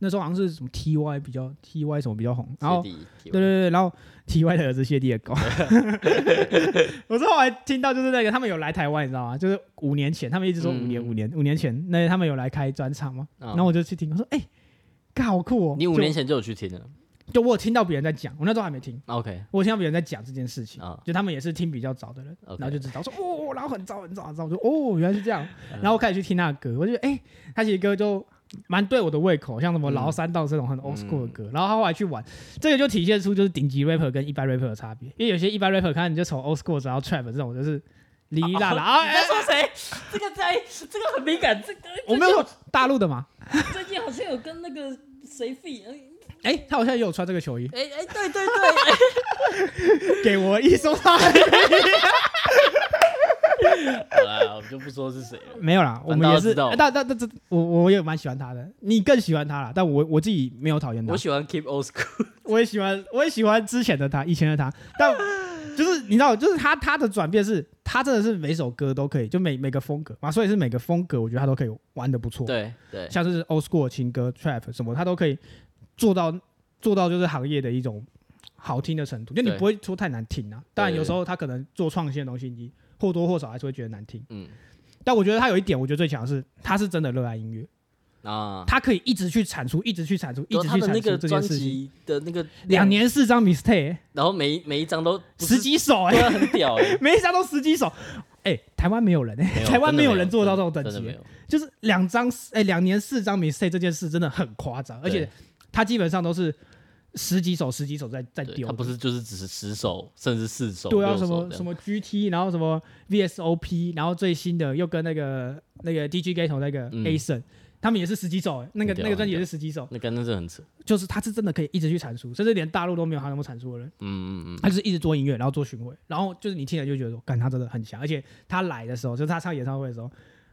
[SPEAKER 2] 那时候好像是什么 TY 比较 TY 什么比较红，然后
[SPEAKER 1] 谢帝
[SPEAKER 2] 对对对，然后 T Y 的儿子谢帝 的狗， 我是后来听到就是那个他们有来台湾，你知道吗？就是五年前，他们一直说五年
[SPEAKER 1] 嗯
[SPEAKER 2] 五年五年前，那他们有来开专场嘛？
[SPEAKER 1] 嗯
[SPEAKER 2] 然后我就去听，我说哎，干好酷哦！
[SPEAKER 1] 你五年
[SPEAKER 2] 前
[SPEAKER 1] 前就有去听了啊
[SPEAKER 2] 就我有听到别人在讲，我那时候还没听，
[SPEAKER 1] ，OK，
[SPEAKER 2] 我有听到别人在讲这件事情
[SPEAKER 1] 啊，
[SPEAKER 2] 就他们也是听比较早的人，
[SPEAKER 1] OK
[SPEAKER 2] 然后就知道说哦，然后很早很早很早，我就哦原来是这样，
[SPEAKER 1] 嗯
[SPEAKER 2] 然后我开始去听他的歌，我就觉得哎，他其实歌就蛮对我的胃口，像什么
[SPEAKER 1] 嗯
[SPEAKER 2] 崂山道这种很 old school 的
[SPEAKER 1] 嗯
[SPEAKER 2] 歌，然后他后来去玩，这个就体现出就是顶级 rapper 跟一般 rapper 的差别，因为有些一般 rapper 看你就从 old school 然后 trap 这种就是哩哩啦啦，啊
[SPEAKER 1] 你
[SPEAKER 2] 哎
[SPEAKER 1] 在说谁？这个在这个很敏感，这个
[SPEAKER 2] 我没有说大陆的嘛，
[SPEAKER 1] 最近好像有跟那个谁 f
[SPEAKER 2] 哎，他好像也有穿这个球衣，
[SPEAKER 1] 哎哎，对对对，
[SPEAKER 2] 给我一收他，
[SPEAKER 1] 好啦，我们就不说是谁 了。
[SPEAKER 2] 没有啦，我
[SPEAKER 1] 反
[SPEAKER 2] 们
[SPEAKER 1] 倒
[SPEAKER 2] 也
[SPEAKER 1] 知
[SPEAKER 2] 是，
[SPEAKER 1] 道
[SPEAKER 2] 哎但但但这我我也蛮喜欢他的，你更喜欢他啦，但我我自己没有讨厌他
[SPEAKER 1] 我，喜欢 Keep Old School，
[SPEAKER 2] 我也喜欢，我也喜欢之前的他，以前的他， 但就是你知道，就是他他的转变是，他真的是每首歌都可以，就每每个风格啊嘛，所以是每个风格，我觉得他都可以玩的不错，，
[SPEAKER 1] 对对，
[SPEAKER 2] 像是 old school 情歌、trap 什么，他都可以做到做到就是行业的一种好听的程度，就你
[SPEAKER 1] 对
[SPEAKER 2] 不会说太难听啊，当然
[SPEAKER 1] 对对
[SPEAKER 2] 有时候他可能做创新的东西，你或多或少还是会觉得难听，
[SPEAKER 1] 嗯
[SPEAKER 2] 但我觉得他有一点，我觉得最强的是，他是真的热爱音乐，
[SPEAKER 1] 啊，
[SPEAKER 2] 他可以一直去产出，一直去产出，一
[SPEAKER 1] 就
[SPEAKER 2] 直
[SPEAKER 1] 他
[SPEAKER 2] 去
[SPEAKER 1] 的那
[SPEAKER 2] 产
[SPEAKER 1] 个
[SPEAKER 2] 出这件
[SPEAKER 1] 专
[SPEAKER 2] 事情。
[SPEAKER 1] 辑的那个
[SPEAKER 2] 两，年四张 mistake，
[SPEAKER 1] 然后每每一张都不是
[SPEAKER 2] 十几首哎、
[SPEAKER 1] 对啊，很屌哎，
[SPEAKER 2] 每一张都十几首，哎、台湾没有人哎、
[SPEAKER 1] 没有
[SPEAKER 2] 台湾
[SPEAKER 1] 真的没
[SPEAKER 2] 有人做到这种等
[SPEAKER 1] 真的没
[SPEAKER 2] 级，
[SPEAKER 1] 有，
[SPEAKER 2] 就是两张哎两年四张 mistake 这件事真的很夸张，而且
[SPEAKER 1] 对
[SPEAKER 2] 他基本上都是十几首十几首在在
[SPEAKER 1] 对
[SPEAKER 2] 丢
[SPEAKER 1] 他
[SPEAKER 2] 的，
[SPEAKER 1] 不是就是只是十首甚至四首，
[SPEAKER 2] 对啊
[SPEAKER 1] 六首
[SPEAKER 2] 什么
[SPEAKER 1] 这样
[SPEAKER 2] 什么 GT，然后什么 VSOP，然后最新的又跟那个那个 DG Gato 那个
[SPEAKER 1] 嗯
[SPEAKER 2] A s o n 他们也是十几首、哎那个
[SPEAKER 1] 很屌
[SPEAKER 2] 那个专辑也是十几首，
[SPEAKER 1] 那跟那是很扯，
[SPEAKER 2] 就是他是真的可以一直去产出，甚至连大陆都没有他那么产出的人。
[SPEAKER 1] 嗯嗯
[SPEAKER 2] 他就是一直做音乐，然后做巡回，然后就是你听了就觉得说，干他真的很强，而且他来的时候，就是他唱演唱会的时候，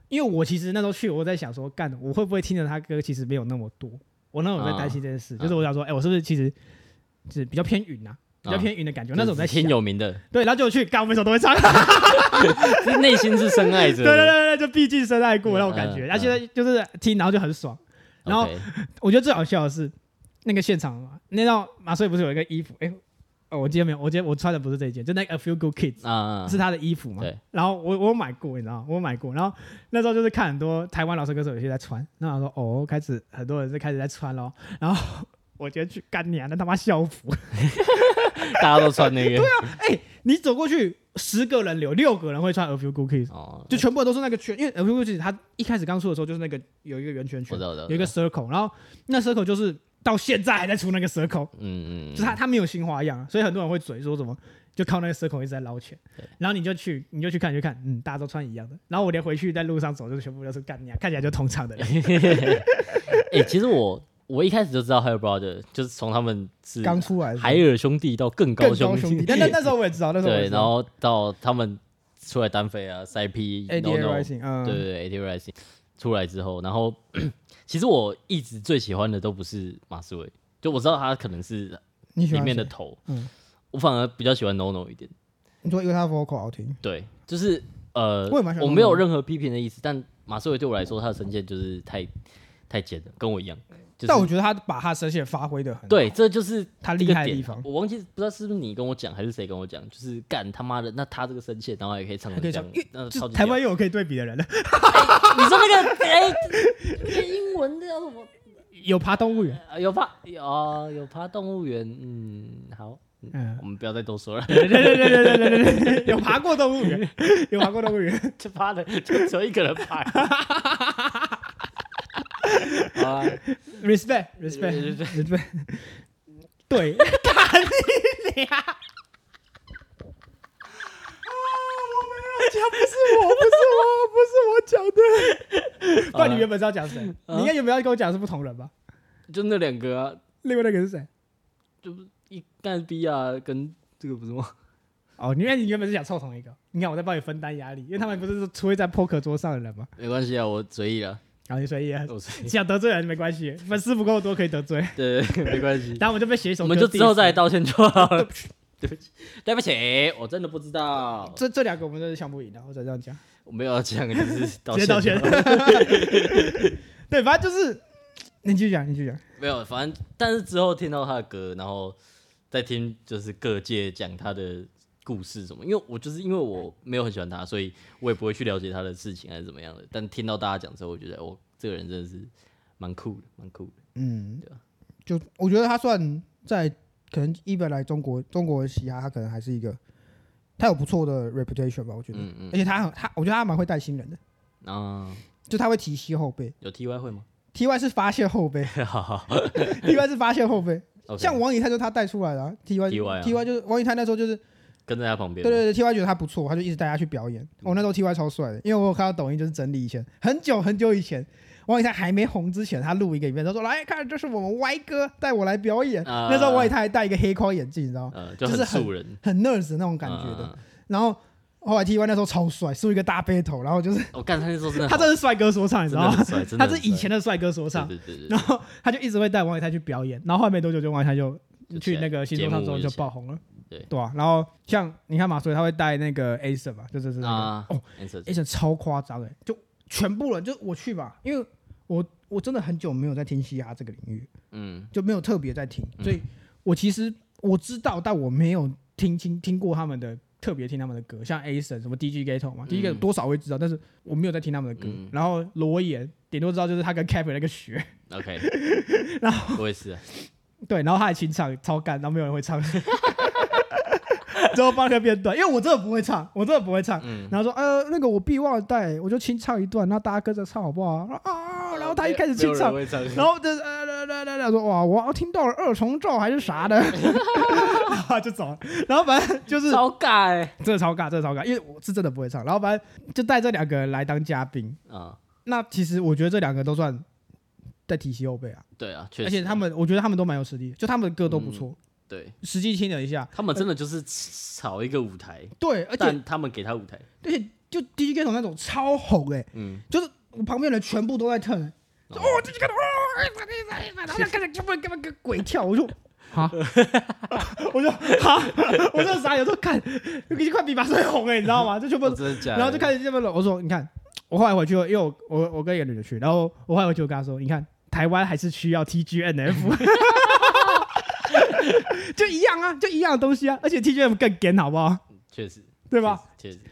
[SPEAKER 2] 因为我其实那时候去，我在想说，干我会不会听着他歌其实没有那么多，我那时候有在担心这件事，
[SPEAKER 1] 啊
[SPEAKER 2] 就是我想说，哎、我是不是其实就是比较偏云啊，比较偏云的感觉，
[SPEAKER 1] 嗯，
[SPEAKER 2] 那时候我在
[SPEAKER 1] 挺
[SPEAKER 2] 想，
[SPEAKER 1] 有名的，
[SPEAKER 2] 对，然后就去干，我每首都会唱，
[SPEAKER 1] 是内心是深爱着
[SPEAKER 2] 对
[SPEAKER 1] 的，
[SPEAKER 2] 对对对，就毕竟深爱过那种感觉，
[SPEAKER 1] 嗯嗯
[SPEAKER 2] 然后现在就是听，然后就很爽，然后
[SPEAKER 1] OK，
[SPEAKER 2] 我觉得最好笑的是那个现场嘛，那道马帅不是有一个衣服，哎、哦，我今天没有，我今天我穿的不是这一件，就那个 A Few Good Kids。
[SPEAKER 1] 啊啊，啊
[SPEAKER 2] 是他的衣服嘛
[SPEAKER 1] 对。
[SPEAKER 2] 然后我我有买过，你知道吗？我有买过。然后那时候就是看很多台湾老师歌手有些在穿，然后我说哦，开始很多人是开始在穿咯。然后 我觉得去干娘的他妈校 服，
[SPEAKER 1] 大家都穿 那个，对啊，
[SPEAKER 2] 哎你走过去十个人有六个人会穿 A Few Cookies，
[SPEAKER 1] 哦，
[SPEAKER 2] 就全部都是那个圈，因为 A Few Cookies 它一开始刚出的时候就是那个有一个圆圈
[SPEAKER 1] 我
[SPEAKER 2] 圈
[SPEAKER 1] 知，道，我知道，
[SPEAKER 2] 有一个 circle，然后那 circle 就是到现在还在出那个 circle，
[SPEAKER 1] 嗯，嗯嗯，
[SPEAKER 2] 就是他他没有新花样啊，所以很多人会嘴说什么，就靠那个 circle 一直在捞钱
[SPEAKER 1] 对，
[SPEAKER 2] 然后你就去你就去看你就看，嗯，大家都穿一样的，然后我连回去在路上走就是全部都是干娘，看起来就同场的人，
[SPEAKER 1] 哎、其实我我一开始就知道 Higher Brother，就是从他们是
[SPEAKER 3] 刚出来的时候
[SPEAKER 1] 海尔兄弟到更
[SPEAKER 3] 更
[SPEAKER 1] 高兄
[SPEAKER 3] 高兄弟，但那那时候我也知道，那时候我也
[SPEAKER 1] 对，
[SPEAKER 3] 知
[SPEAKER 1] 然
[SPEAKER 3] 道。
[SPEAKER 1] 后到他们出来单飞啊，CP
[SPEAKER 3] A D
[SPEAKER 1] No
[SPEAKER 3] A
[SPEAKER 1] No，
[SPEAKER 3] Rising，嗯，
[SPEAKER 1] 对对对 a d Rising 出来之后，然后 其实我一直最喜欢的都不是马思唯，就我知道他可能是
[SPEAKER 3] 你喜
[SPEAKER 1] 里
[SPEAKER 3] 欢
[SPEAKER 1] 面的
[SPEAKER 3] 谁
[SPEAKER 1] 头，
[SPEAKER 3] 嗯
[SPEAKER 1] 我反而比较喜欢 No No 一点，
[SPEAKER 3] 你说因为他 vocal 好听，
[SPEAKER 1] 对，就是呃，
[SPEAKER 3] 我也蛮喜欢 NoNo 的
[SPEAKER 1] 我没有任何批评的意思，但马思唯对我来说，他的声线就是太太尖了，跟我一样，就是
[SPEAKER 2] 但我觉得他把他声线发挥的很，
[SPEAKER 1] 对，这就是
[SPEAKER 2] 他
[SPEAKER 1] 这
[SPEAKER 2] 厉
[SPEAKER 1] 个
[SPEAKER 2] 害的
[SPEAKER 1] 点
[SPEAKER 2] 地方，
[SPEAKER 1] 我忘记不知道是不是你跟我讲，还是谁跟我讲，就是干他妈的，那他这个声线，然后还可以唱成这
[SPEAKER 2] 可以
[SPEAKER 1] 样
[SPEAKER 2] 唱，因为，
[SPEAKER 1] 那
[SPEAKER 2] 就
[SPEAKER 1] 超
[SPEAKER 2] 是
[SPEAKER 1] 级
[SPEAKER 2] 台
[SPEAKER 1] 屌
[SPEAKER 2] 湾又有可以对比的人了，
[SPEAKER 1] 你说那个哎，那个英文的叫 什么？呃
[SPEAKER 2] 有爬动物园，
[SPEAKER 1] 哦啊有爬有啊有爬动物园，嗯，好，
[SPEAKER 2] 嗯
[SPEAKER 1] 我，们不要再多说 了，
[SPEAKER 2] 对对对对对对对对，有爬过动物园，有爬过动物园。
[SPEAKER 1] 这趴的就只有一个人拍。好啊，
[SPEAKER 2] respect respect respect，对，啊讲 不是我，不是我，不是我讲的。不然你原本是要讲谁？你应该原本要跟我讲的是不同人吧？
[SPEAKER 1] 就那两个啊，
[SPEAKER 2] 另外那个是谁？
[SPEAKER 1] 就一干 B 啊，跟这个不是吗？
[SPEAKER 2] 哦，你原你原本是想凑同一个。你看我在帮你分担压力，因为他们不是出会在 poker 桌上的人吗？
[SPEAKER 1] 没关系啊，我随意了，
[SPEAKER 2] 然后你随意啊，
[SPEAKER 1] 我随意。
[SPEAKER 2] 想得罪人没关
[SPEAKER 1] 嗯
[SPEAKER 2] 系，粉丝不够多可以得 罪，
[SPEAKER 1] 对，没关系。
[SPEAKER 2] 然后我们就被写一首
[SPEAKER 1] 我
[SPEAKER 2] 歌，
[SPEAKER 1] 们就之后再来
[SPEAKER 2] diss
[SPEAKER 1] 道歉就好了。对不起，对不起，我真的不知道，
[SPEAKER 2] 这这两个我们真的想不赢的，或者这样讲。
[SPEAKER 1] 我没有要讲，就是道
[SPEAKER 2] 直接
[SPEAKER 1] 歉。
[SPEAKER 2] 道歉。对，反正就是你继续讲，你继续讲。
[SPEAKER 1] 没有，反正但是之后听到他的歌，然后再听就是各界讲他的故事什么，因为我就是因为我没有很喜欢他，所以我也不会去了解他的事情还是怎么样的。但听到大家讲之后，我觉得我、哦、这个人真的是蛮酷的，蛮酷的。
[SPEAKER 3] 嗯
[SPEAKER 1] 对啊，
[SPEAKER 3] 就我觉得他算在可能一本来中国中国嘻哈，他可能还是一个他有不错的 reputation 吧，我觉得，
[SPEAKER 1] 嗯
[SPEAKER 3] 而
[SPEAKER 1] 嗯
[SPEAKER 3] 且他很他我觉得他蛮会带新人的，
[SPEAKER 1] 啊，
[SPEAKER 3] 就他会提携后辈
[SPEAKER 1] 有 T Y 会吗？
[SPEAKER 3] ，T Y 是发现后辈
[SPEAKER 1] 好好
[SPEAKER 3] ，T Y 是发现 后辈，
[SPEAKER 1] o k
[SPEAKER 3] 像王以太就是他带出来的、啊、，T Y
[SPEAKER 1] TY 啊
[SPEAKER 3] T Y 就是王以太那时候就是
[SPEAKER 1] 跟在他旁边
[SPEAKER 3] 对
[SPEAKER 1] 吗，嗯
[SPEAKER 3] 对对，T Y 觉得他不错，他就一直带他去表演。我、那时候 T Y 超帅的，因为我有看到抖音就是整理以前很久很久以前，王以太还没红之前，他录一个影片，他说来看这是我们歪哥带我来表演。
[SPEAKER 1] 啊
[SPEAKER 3] 那时候王以太还戴一个黑框眼镜，你知道吗？
[SPEAKER 1] 呃，就
[SPEAKER 3] 就是
[SPEAKER 1] 很
[SPEAKER 3] 很
[SPEAKER 1] 素人
[SPEAKER 3] 很 nerd 那种感觉的。
[SPEAKER 1] 嗯嗯嗯
[SPEAKER 3] 然后后来 T Y 那时候超帅，输一个大 battle，然后就是
[SPEAKER 1] 我干他那时候真的
[SPEAKER 2] 他
[SPEAKER 1] 好
[SPEAKER 2] 这是帅哥说唱，你知
[SPEAKER 1] 哦真
[SPEAKER 2] 道
[SPEAKER 1] 的
[SPEAKER 2] 吗
[SPEAKER 1] 很？帅，真的
[SPEAKER 2] 他
[SPEAKER 1] 很
[SPEAKER 2] 是以
[SPEAKER 1] 帅
[SPEAKER 2] 前的帅哥说唱，
[SPEAKER 1] 对对对对
[SPEAKER 2] 然后他就一直会带王以太去表演，然后后来没多久就王以太就
[SPEAKER 1] 就起
[SPEAKER 2] 去
[SPEAKER 1] 来
[SPEAKER 2] 那个新
[SPEAKER 1] 节
[SPEAKER 2] 说唱
[SPEAKER 1] 目
[SPEAKER 2] 之后
[SPEAKER 1] 就
[SPEAKER 2] 就
[SPEAKER 1] 起来
[SPEAKER 2] 爆红了，
[SPEAKER 1] 对
[SPEAKER 3] 对啊。然后像你看嘛，所以他会带那个 A s o n 嘛，就是
[SPEAKER 1] 对
[SPEAKER 3] 那个、
[SPEAKER 1] 啊
[SPEAKER 3] 哦
[SPEAKER 1] ，Anson
[SPEAKER 3] A s o n 超夸张哎，就全部人就我去吧，因为我我真的很久没有在听嘻哈这个领域，
[SPEAKER 1] 嗯
[SPEAKER 3] 就没有特别在听，
[SPEAKER 1] 嗯
[SPEAKER 3] 所以我其实我知道，但我没有听清听过他们的。特别听他们的歌，像 A s o n 什么 DG Ghetto 嘛、
[SPEAKER 1] 嗯
[SPEAKER 3] d g Ghetto 多少会知道，但是我没有在听他们的歌。
[SPEAKER 1] 嗯
[SPEAKER 3] 然后罗岩顶多知道就是他跟 Kevin 那个学，
[SPEAKER 1] ，OK，
[SPEAKER 3] 然
[SPEAKER 1] 后我也是啊，
[SPEAKER 2] 对，然后他还清唱超干，然后没有人会唱，
[SPEAKER 3] 之后帮他变短，因为我真的不会唱，我真的不会唱。
[SPEAKER 1] 嗯
[SPEAKER 3] 然后说，呃，那个我必忘了带，我就清唱一段，那大家跟着唱好不好？啊啊！然后他一开始清唱，
[SPEAKER 1] 没有人会唱，
[SPEAKER 3] 然后就呃啦啦啦啦说，哇，我听到了二重奏还是啥的，
[SPEAKER 2] 然后就走了。
[SPEAKER 3] 然后反正就是
[SPEAKER 1] 超尬欸
[SPEAKER 3] 真的超尬，真的超尬，因为我是真的不会唱。然后反正就带这两个人来当嘉宾，
[SPEAKER 1] 啊，
[SPEAKER 3] 那其实我觉得这两个都算在体系后辈啊，
[SPEAKER 1] 对啊，确实，嗯
[SPEAKER 3] 而且他们，我觉得他们都蛮有实力的，就他们的歌都不错。
[SPEAKER 1] 对
[SPEAKER 3] 实际听了一下，
[SPEAKER 1] 他们真的就是炒一个舞台，
[SPEAKER 3] 对，而且
[SPEAKER 1] 但他们给他舞台，
[SPEAKER 3] 而且就 DJ Ghetto 那种超红哎、
[SPEAKER 1] 嗯，
[SPEAKER 3] 就是我旁边的人全部都在 turn，
[SPEAKER 1] 哦
[SPEAKER 3] 就哦，这就看到哦，哎呀哎呀哎呀然后就开始根本根本跟鬼跳，我就哈， 我就哈， 我就傻眼，我说看，已经快比马赛红了，欸你知道吗？就全部
[SPEAKER 1] 哦，真的假的？
[SPEAKER 3] 然后就开始这么冷，我说你看，我后来回去，因为我我我跟一个女的去，然后我后来回去我跟她说，你看台湾还是需要 TGNF。就一样啊，就一样的东西啊，而且 TGM 更 g 好不好？
[SPEAKER 1] 确实，
[SPEAKER 3] 对吧？
[SPEAKER 1] 确实？确实，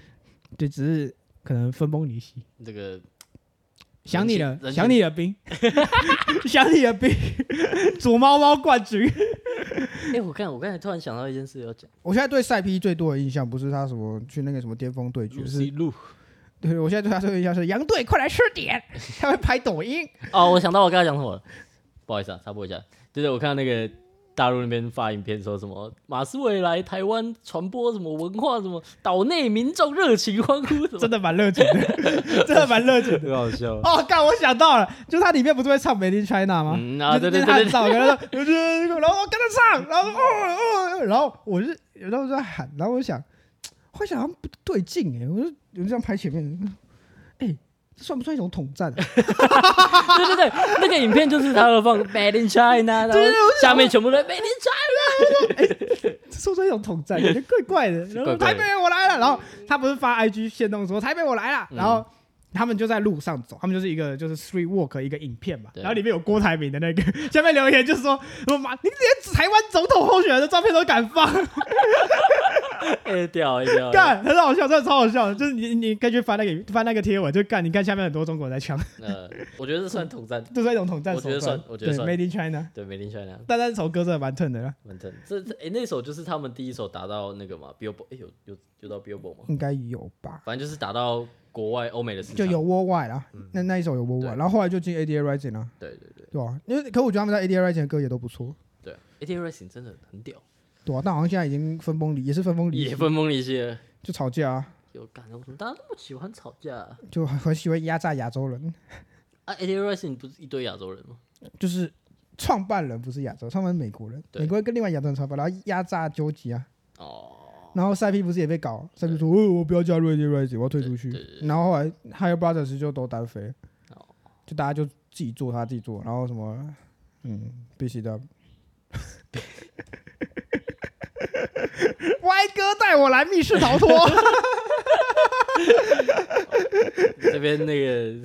[SPEAKER 3] 就只是可能分崩离析。
[SPEAKER 1] 这个
[SPEAKER 3] 想你了
[SPEAKER 1] 人，气
[SPEAKER 3] 想你了，兵， 想你了，兵， 煮猫猫 冠军。
[SPEAKER 1] 哎，我看我刚才突然想到一件事要讲，
[SPEAKER 3] 我现在对赛 P 最多的印象不是他什么去那个什么巅峰对决，是
[SPEAKER 1] 路
[SPEAKER 3] 对我现在对他最多印象是杨队快来吃点， 他会拍抖音。
[SPEAKER 1] 哦，我想到我刚才讲什么了，不好意思啊，插播一下，就是我看到那个。大陆那边发影片说什么马思唯来台湾传播什么文化什么，岛内民众热情欢呼什么，
[SPEAKER 2] 真的蛮热情 的，真的蛮热情的。
[SPEAKER 1] 很好笑。
[SPEAKER 3] 哦，干，我想到了，就是他里面不是会唱《Made in China》吗？
[SPEAKER 1] 嗯啊，对对
[SPEAKER 3] 就是
[SPEAKER 1] 对
[SPEAKER 3] 他
[SPEAKER 1] 对，
[SPEAKER 3] 照，然后说然后我跟他唱，然后说哦哦，然后我就然后我就在喊，然后我想，我想好像不对劲哎、我就我就这样拍前面，哎、这算不算一种统战、啊？
[SPEAKER 1] 对对对，那个影片就是他会放 Made in China，然后下面全部都 Made in
[SPEAKER 3] 说出一种统战，感觉怪 怪的。然后
[SPEAKER 1] 怪怪
[SPEAKER 3] 台
[SPEAKER 1] 的
[SPEAKER 3] 北我来了，然后他不是发 IG 线动说台北我来了，
[SPEAKER 1] 嗯
[SPEAKER 3] 然后他们就在路上走，他们就是一个就是 street walk 一个影片嘛，
[SPEAKER 1] 对
[SPEAKER 3] 然后里面有郭台铭的那个 下面留言就说我妈，你连台湾总统候选人的照片都敢放，
[SPEAKER 1] 哎屌哎屌，
[SPEAKER 2] 干很好笑，真的超好笑。就是你你可以去翻那个翻那个贴文，就干你看下面很多中国人在抢，
[SPEAKER 1] 呃，我觉得这算统战，
[SPEAKER 2] 这是一种统战手段。
[SPEAKER 1] 我觉得算我觉得
[SPEAKER 2] 对
[SPEAKER 1] 算
[SPEAKER 2] Made in China，
[SPEAKER 1] 对，没林帅那
[SPEAKER 2] 但那首歌真的蛮疼的啦，
[SPEAKER 1] 蛮疼。这这哎、那首就是他们第一首达到那个嘛 Billboard，哎、有有有到 Billboard 吗？
[SPEAKER 3] 应该有吧？
[SPEAKER 1] 反正就是达到国外欧美的市场，
[SPEAKER 3] 就有 Worldwide 啦，那那一首有 Worldwide，
[SPEAKER 1] 嗯对
[SPEAKER 3] 然后后来就进 ADA Rising 啊啦，
[SPEAKER 1] 对对对
[SPEAKER 3] 对吧、因为可我觉得他们在 ADA Rising 的歌也都不错，
[SPEAKER 1] 对，AT Racing 真的很屌，
[SPEAKER 3] 对吧、但好像现在已经分崩离，也是分崩离
[SPEAKER 1] 也
[SPEAKER 3] 析，
[SPEAKER 1] 分崩离析了。
[SPEAKER 3] 就吵架、啊，
[SPEAKER 1] 有感觉，为什么大家那么喜欢吵架啊
[SPEAKER 3] 就很很喜欢压榨亚洲人，
[SPEAKER 1] 啊？AT Racing 不是一堆亚洲人吗？
[SPEAKER 3] 就是创办人不是亚洲，创办人是美国人，
[SPEAKER 1] 对
[SPEAKER 3] 美国人跟另外亚洲人吵翻，然后压榨纠集啊。
[SPEAKER 1] 哦，
[SPEAKER 3] 然后塞皮不是也被搞，塞皮说：“哦，我不要加入 AD Rising，我要退出去
[SPEAKER 1] 对对。”
[SPEAKER 3] 然后后来 Higher Brothers 就都单飞
[SPEAKER 1] 哦，
[SPEAKER 3] 就大家就自己做他自己做，然后什么嗯 BCW，歪哥带我来密室逃脱，
[SPEAKER 1] 这边那个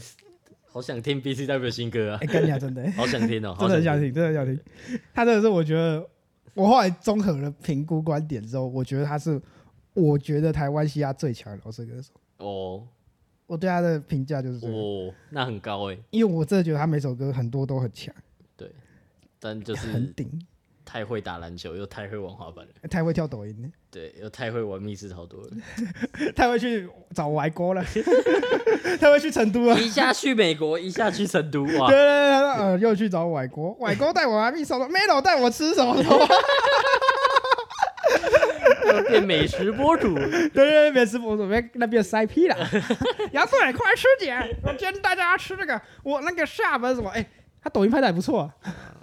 [SPEAKER 1] 好想听 BCW 新歌啊
[SPEAKER 3] 哎，，干娘真的
[SPEAKER 1] 好想听哦，
[SPEAKER 3] 真的很想
[SPEAKER 1] 好
[SPEAKER 3] 听，真的很想听。他真的是我觉得，我后来综合了评估观点之后，我觉得他是我觉得台湾西亚最强的饶舌歌手。
[SPEAKER 1] 哦
[SPEAKER 3] 我对他的评价就是这个，
[SPEAKER 1] 哦，那很高哎，
[SPEAKER 3] 因为我真的觉得他每首歌很多都很强，
[SPEAKER 1] 但就
[SPEAKER 3] 很
[SPEAKER 1] 是
[SPEAKER 3] 顶。
[SPEAKER 1] 太会打篮球，又太会玩滑板了，
[SPEAKER 3] 太会跳抖音
[SPEAKER 1] 对，又太会玩密室逃脱了。
[SPEAKER 3] 了，太会去找外国了，太会去成都了。
[SPEAKER 1] 一下去美国，一下去成都，哇
[SPEAKER 3] 对对！对，对呃，又去找外国，外国带我玩密室逃脱，Melo 带我吃什么什么，
[SPEAKER 1] 变美食博主，
[SPEAKER 3] 对 对对，别吃我准备那边塞屁 了，杨翠快吃点，我今天带大家吃这个，我那个厦门什么，哎，他抖音拍的还不错啊，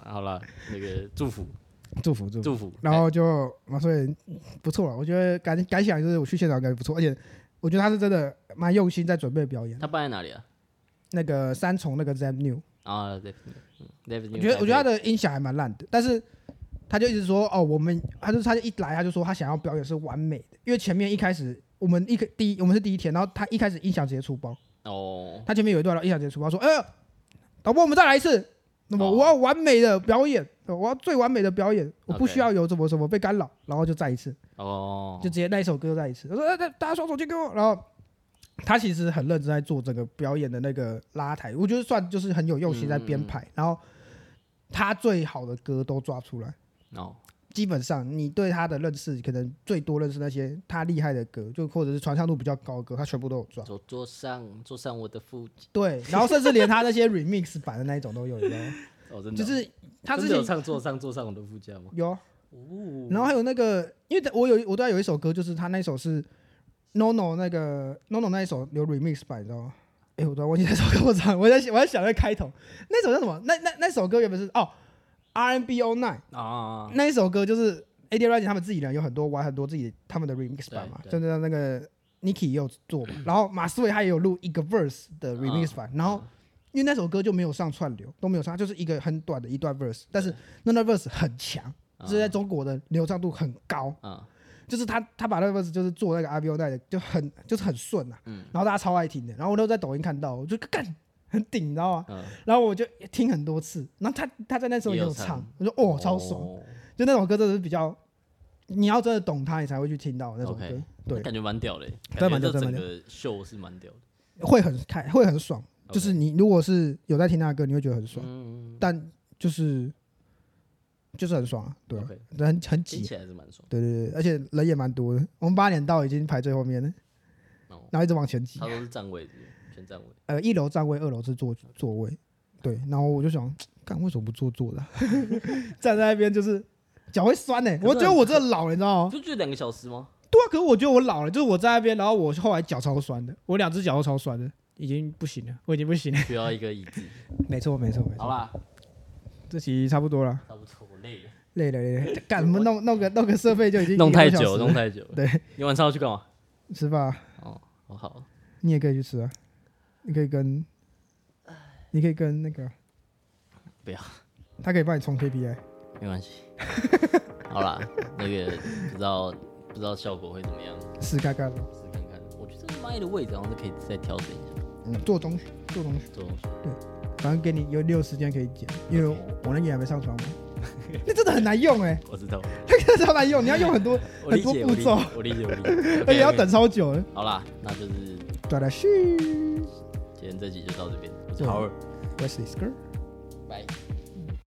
[SPEAKER 1] 好了，那个祝福
[SPEAKER 3] 祝福祝福。
[SPEAKER 1] 祝福，
[SPEAKER 3] 然后就马所以不错了，我觉得感感想就是我去现场感觉不错，而且我觉得他是真的蛮用心在准备表演
[SPEAKER 1] 哎。他办在哪里啊？
[SPEAKER 3] 那个三重那个 Zam New，
[SPEAKER 1] 啊，David，嗯，David，
[SPEAKER 3] 我觉得我觉得他的音响还蛮烂的，但是他就一直说哦，我们他就他就一来他就说他想要表演是完美的，因为前面一开始我们一个第一我们是第一天，然后他一开始音响直接出包，
[SPEAKER 1] 哦，
[SPEAKER 3] 他前面有一段音响直接出包说，呃，导播我们再来一次，那么
[SPEAKER 1] 哦
[SPEAKER 3] 我要完美的表演，呃我要最完美的表演，我不
[SPEAKER 1] OK
[SPEAKER 3] 需要有怎么什么被干扰，然后就再一次，
[SPEAKER 1] 哦
[SPEAKER 3] 就，直接那一首歌再一次，他说呃大大家双手借给我，然后。他其实很认真在做整个表演的那个拉抬，我觉得算就是很有用心在编排，
[SPEAKER 1] 嗯
[SPEAKER 3] 然后他最好的歌都抓出来。
[SPEAKER 1] 哦，
[SPEAKER 3] 基本上你对他的认识，可能最多认识那些他厉害的歌，就或者是传唱度比较高的歌，他全部都有抓。
[SPEAKER 1] 坐坐上坐上我的腹肌，
[SPEAKER 3] 对，然后甚至连他那些 remix 版的那一种都有，你知道吗？
[SPEAKER 1] 哦，真的
[SPEAKER 3] 就
[SPEAKER 1] 哦，
[SPEAKER 3] 是他之
[SPEAKER 1] 真的
[SPEAKER 3] 前
[SPEAKER 1] 有唱坐上坐上我的副驾吗？
[SPEAKER 3] 有，啊
[SPEAKER 1] 哦，
[SPEAKER 3] 然后还有那个，因为我有我对他有一首歌，就是他那首是 NONO 那个 NONO 那一首有 remix 版，你知道吗？哎，我突然忘记那首歌我唱，我在想我在想那个开头，那首叫什么？那那那首歌原本是哦 R&B All Night。
[SPEAKER 1] 啊，
[SPEAKER 3] 那一首歌就是 AD Rising 他们自己人有很多玩很多自己他们的 remix 版嘛，
[SPEAKER 1] 对
[SPEAKER 3] 就
[SPEAKER 1] 对
[SPEAKER 3] 是那个 Niki 也有做嘛，然后马思唯他也有录一个 verse
[SPEAKER 1] 啊
[SPEAKER 3] 的 remix
[SPEAKER 1] 嗯
[SPEAKER 3] 版，然后因为那首歌就没有上串流，都没有上，它就是一个很短的一段 verse，但是那段 verse 很强，就是在中国的流畅度很高，
[SPEAKER 1] 啊，
[SPEAKER 3] 就是他他把那个 verse 就是做那个 RBO 带的就很就是很顺啊，
[SPEAKER 1] 嗯
[SPEAKER 3] 然后大家超爱听的，然后我都在抖音看到，我就干很顶，你知道吗？
[SPEAKER 1] 嗯，
[SPEAKER 3] 然后我就听很多次，然后他他在那时候也有
[SPEAKER 1] 也有
[SPEAKER 3] 唱
[SPEAKER 1] 唱，
[SPEAKER 3] 我说哦超爽。
[SPEAKER 1] 哦
[SPEAKER 3] 就那首歌真的是比较，你要真的懂它，你才会去听到那首歌
[SPEAKER 1] OK
[SPEAKER 3] 对，
[SPEAKER 1] 感觉蛮屌的，欸
[SPEAKER 3] 对
[SPEAKER 1] 感
[SPEAKER 3] 蛮
[SPEAKER 1] 觉
[SPEAKER 3] 屌
[SPEAKER 1] 这整
[SPEAKER 3] 对蛮
[SPEAKER 1] 个秀是蛮屌的，
[SPEAKER 3] 会很开，会很爽。
[SPEAKER 1] OK
[SPEAKER 3] 就是你如果是有在听他的歌，你会觉得很爽，
[SPEAKER 1] 嗯，
[SPEAKER 3] 但就是就是很爽啊，对啊
[SPEAKER 1] OK
[SPEAKER 3] 很很
[SPEAKER 1] 听
[SPEAKER 3] 挤，
[SPEAKER 1] 起来是蛮爽，
[SPEAKER 3] 对对对，而且人也蛮多的。我们八点到已经排最后面了，
[SPEAKER 1] 哦，
[SPEAKER 3] 然后一直往前挤
[SPEAKER 1] 他。都是站位，全站位，
[SPEAKER 3] 呃，一楼站位，二楼是座座位，对。然后我就想，干为什么不坐坐的 啊、站在那边就是脚会酸呢、欸
[SPEAKER 1] 可是
[SPEAKER 3] 我觉得
[SPEAKER 1] 很
[SPEAKER 3] 我真的老了，你知道吗？
[SPEAKER 1] 不就两个小时吗？
[SPEAKER 3] 对啊，可是我觉得我老了，就是我在那边，然后我后来脚超酸的，我两只脚都超酸的，已经不行了，我已经不行了。
[SPEAKER 1] 需要一个椅 子。
[SPEAKER 3] 没错，没错，没
[SPEAKER 1] 好
[SPEAKER 3] 错。
[SPEAKER 1] 啦，
[SPEAKER 3] 这期差不多了，
[SPEAKER 1] 差不多，我累了，
[SPEAKER 3] 累了累了， 干什么弄弄个弄个设备就已经
[SPEAKER 1] 弄
[SPEAKER 3] 一个
[SPEAKER 1] 太
[SPEAKER 3] 小
[SPEAKER 1] 久，
[SPEAKER 3] 时
[SPEAKER 1] 弄太久。
[SPEAKER 3] 对，
[SPEAKER 1] 你晚上要去干嘛？
[SPEAKER 3] 了吃吧，
[SPEAKER 1] 哦，好好，
[SPEAKER 3] 你也可以去吃啊，你可以跟，你可以跟那个，
[SPEAKER 1] 不要，
[SPEAKER 3] 他可以帮你冲 KPI，
[SPEAKER 1] 没关系。 好啦，那个不知道不知道效果会怎么样，
[SPEAKER 3] 试看看，
[SPEAKER 1] 试看看。我觉得麦的位置好像是可以再调整一下，
[SPEAKER 3] 嗯，做中学做中学，
[SPEAKER 1] 这种
[SPEAKER 3] 反正给你有你有时间可以剪，因为我那个也还没上传完，那真的很难用哎、
[SPEAKER 1] 我知道，
[SPEAKER 3] 那个超难用，你要用很多，
[SPEAKER 1] 我理
[SPEAKER 3] 很
[SPEAKER 1] 解，
[SPEAKER 3] 多
[SPEAKER 1] 我
[SPEAKER 3] 步
[SPEAKER 1] 理解
[SPEAKER 3] 骤，
[SPEAKER 1] 我理解，我理解。
[SPEAKER 3] 而且要
[SPEAKER 1] OK，OK
[SPEAKER 3] 等超久的。
[SPEAKER 1] 好啦，那就是
[SPEAKER 3] 对的是
[SPEAKER 1] 今天这集就到这边，我是
[SPEAKER 3] 对
[SPEAKER 1] 豪尔，
[SPEAKER 3] ，What's this girl？
[SPEAKER 1] 拜。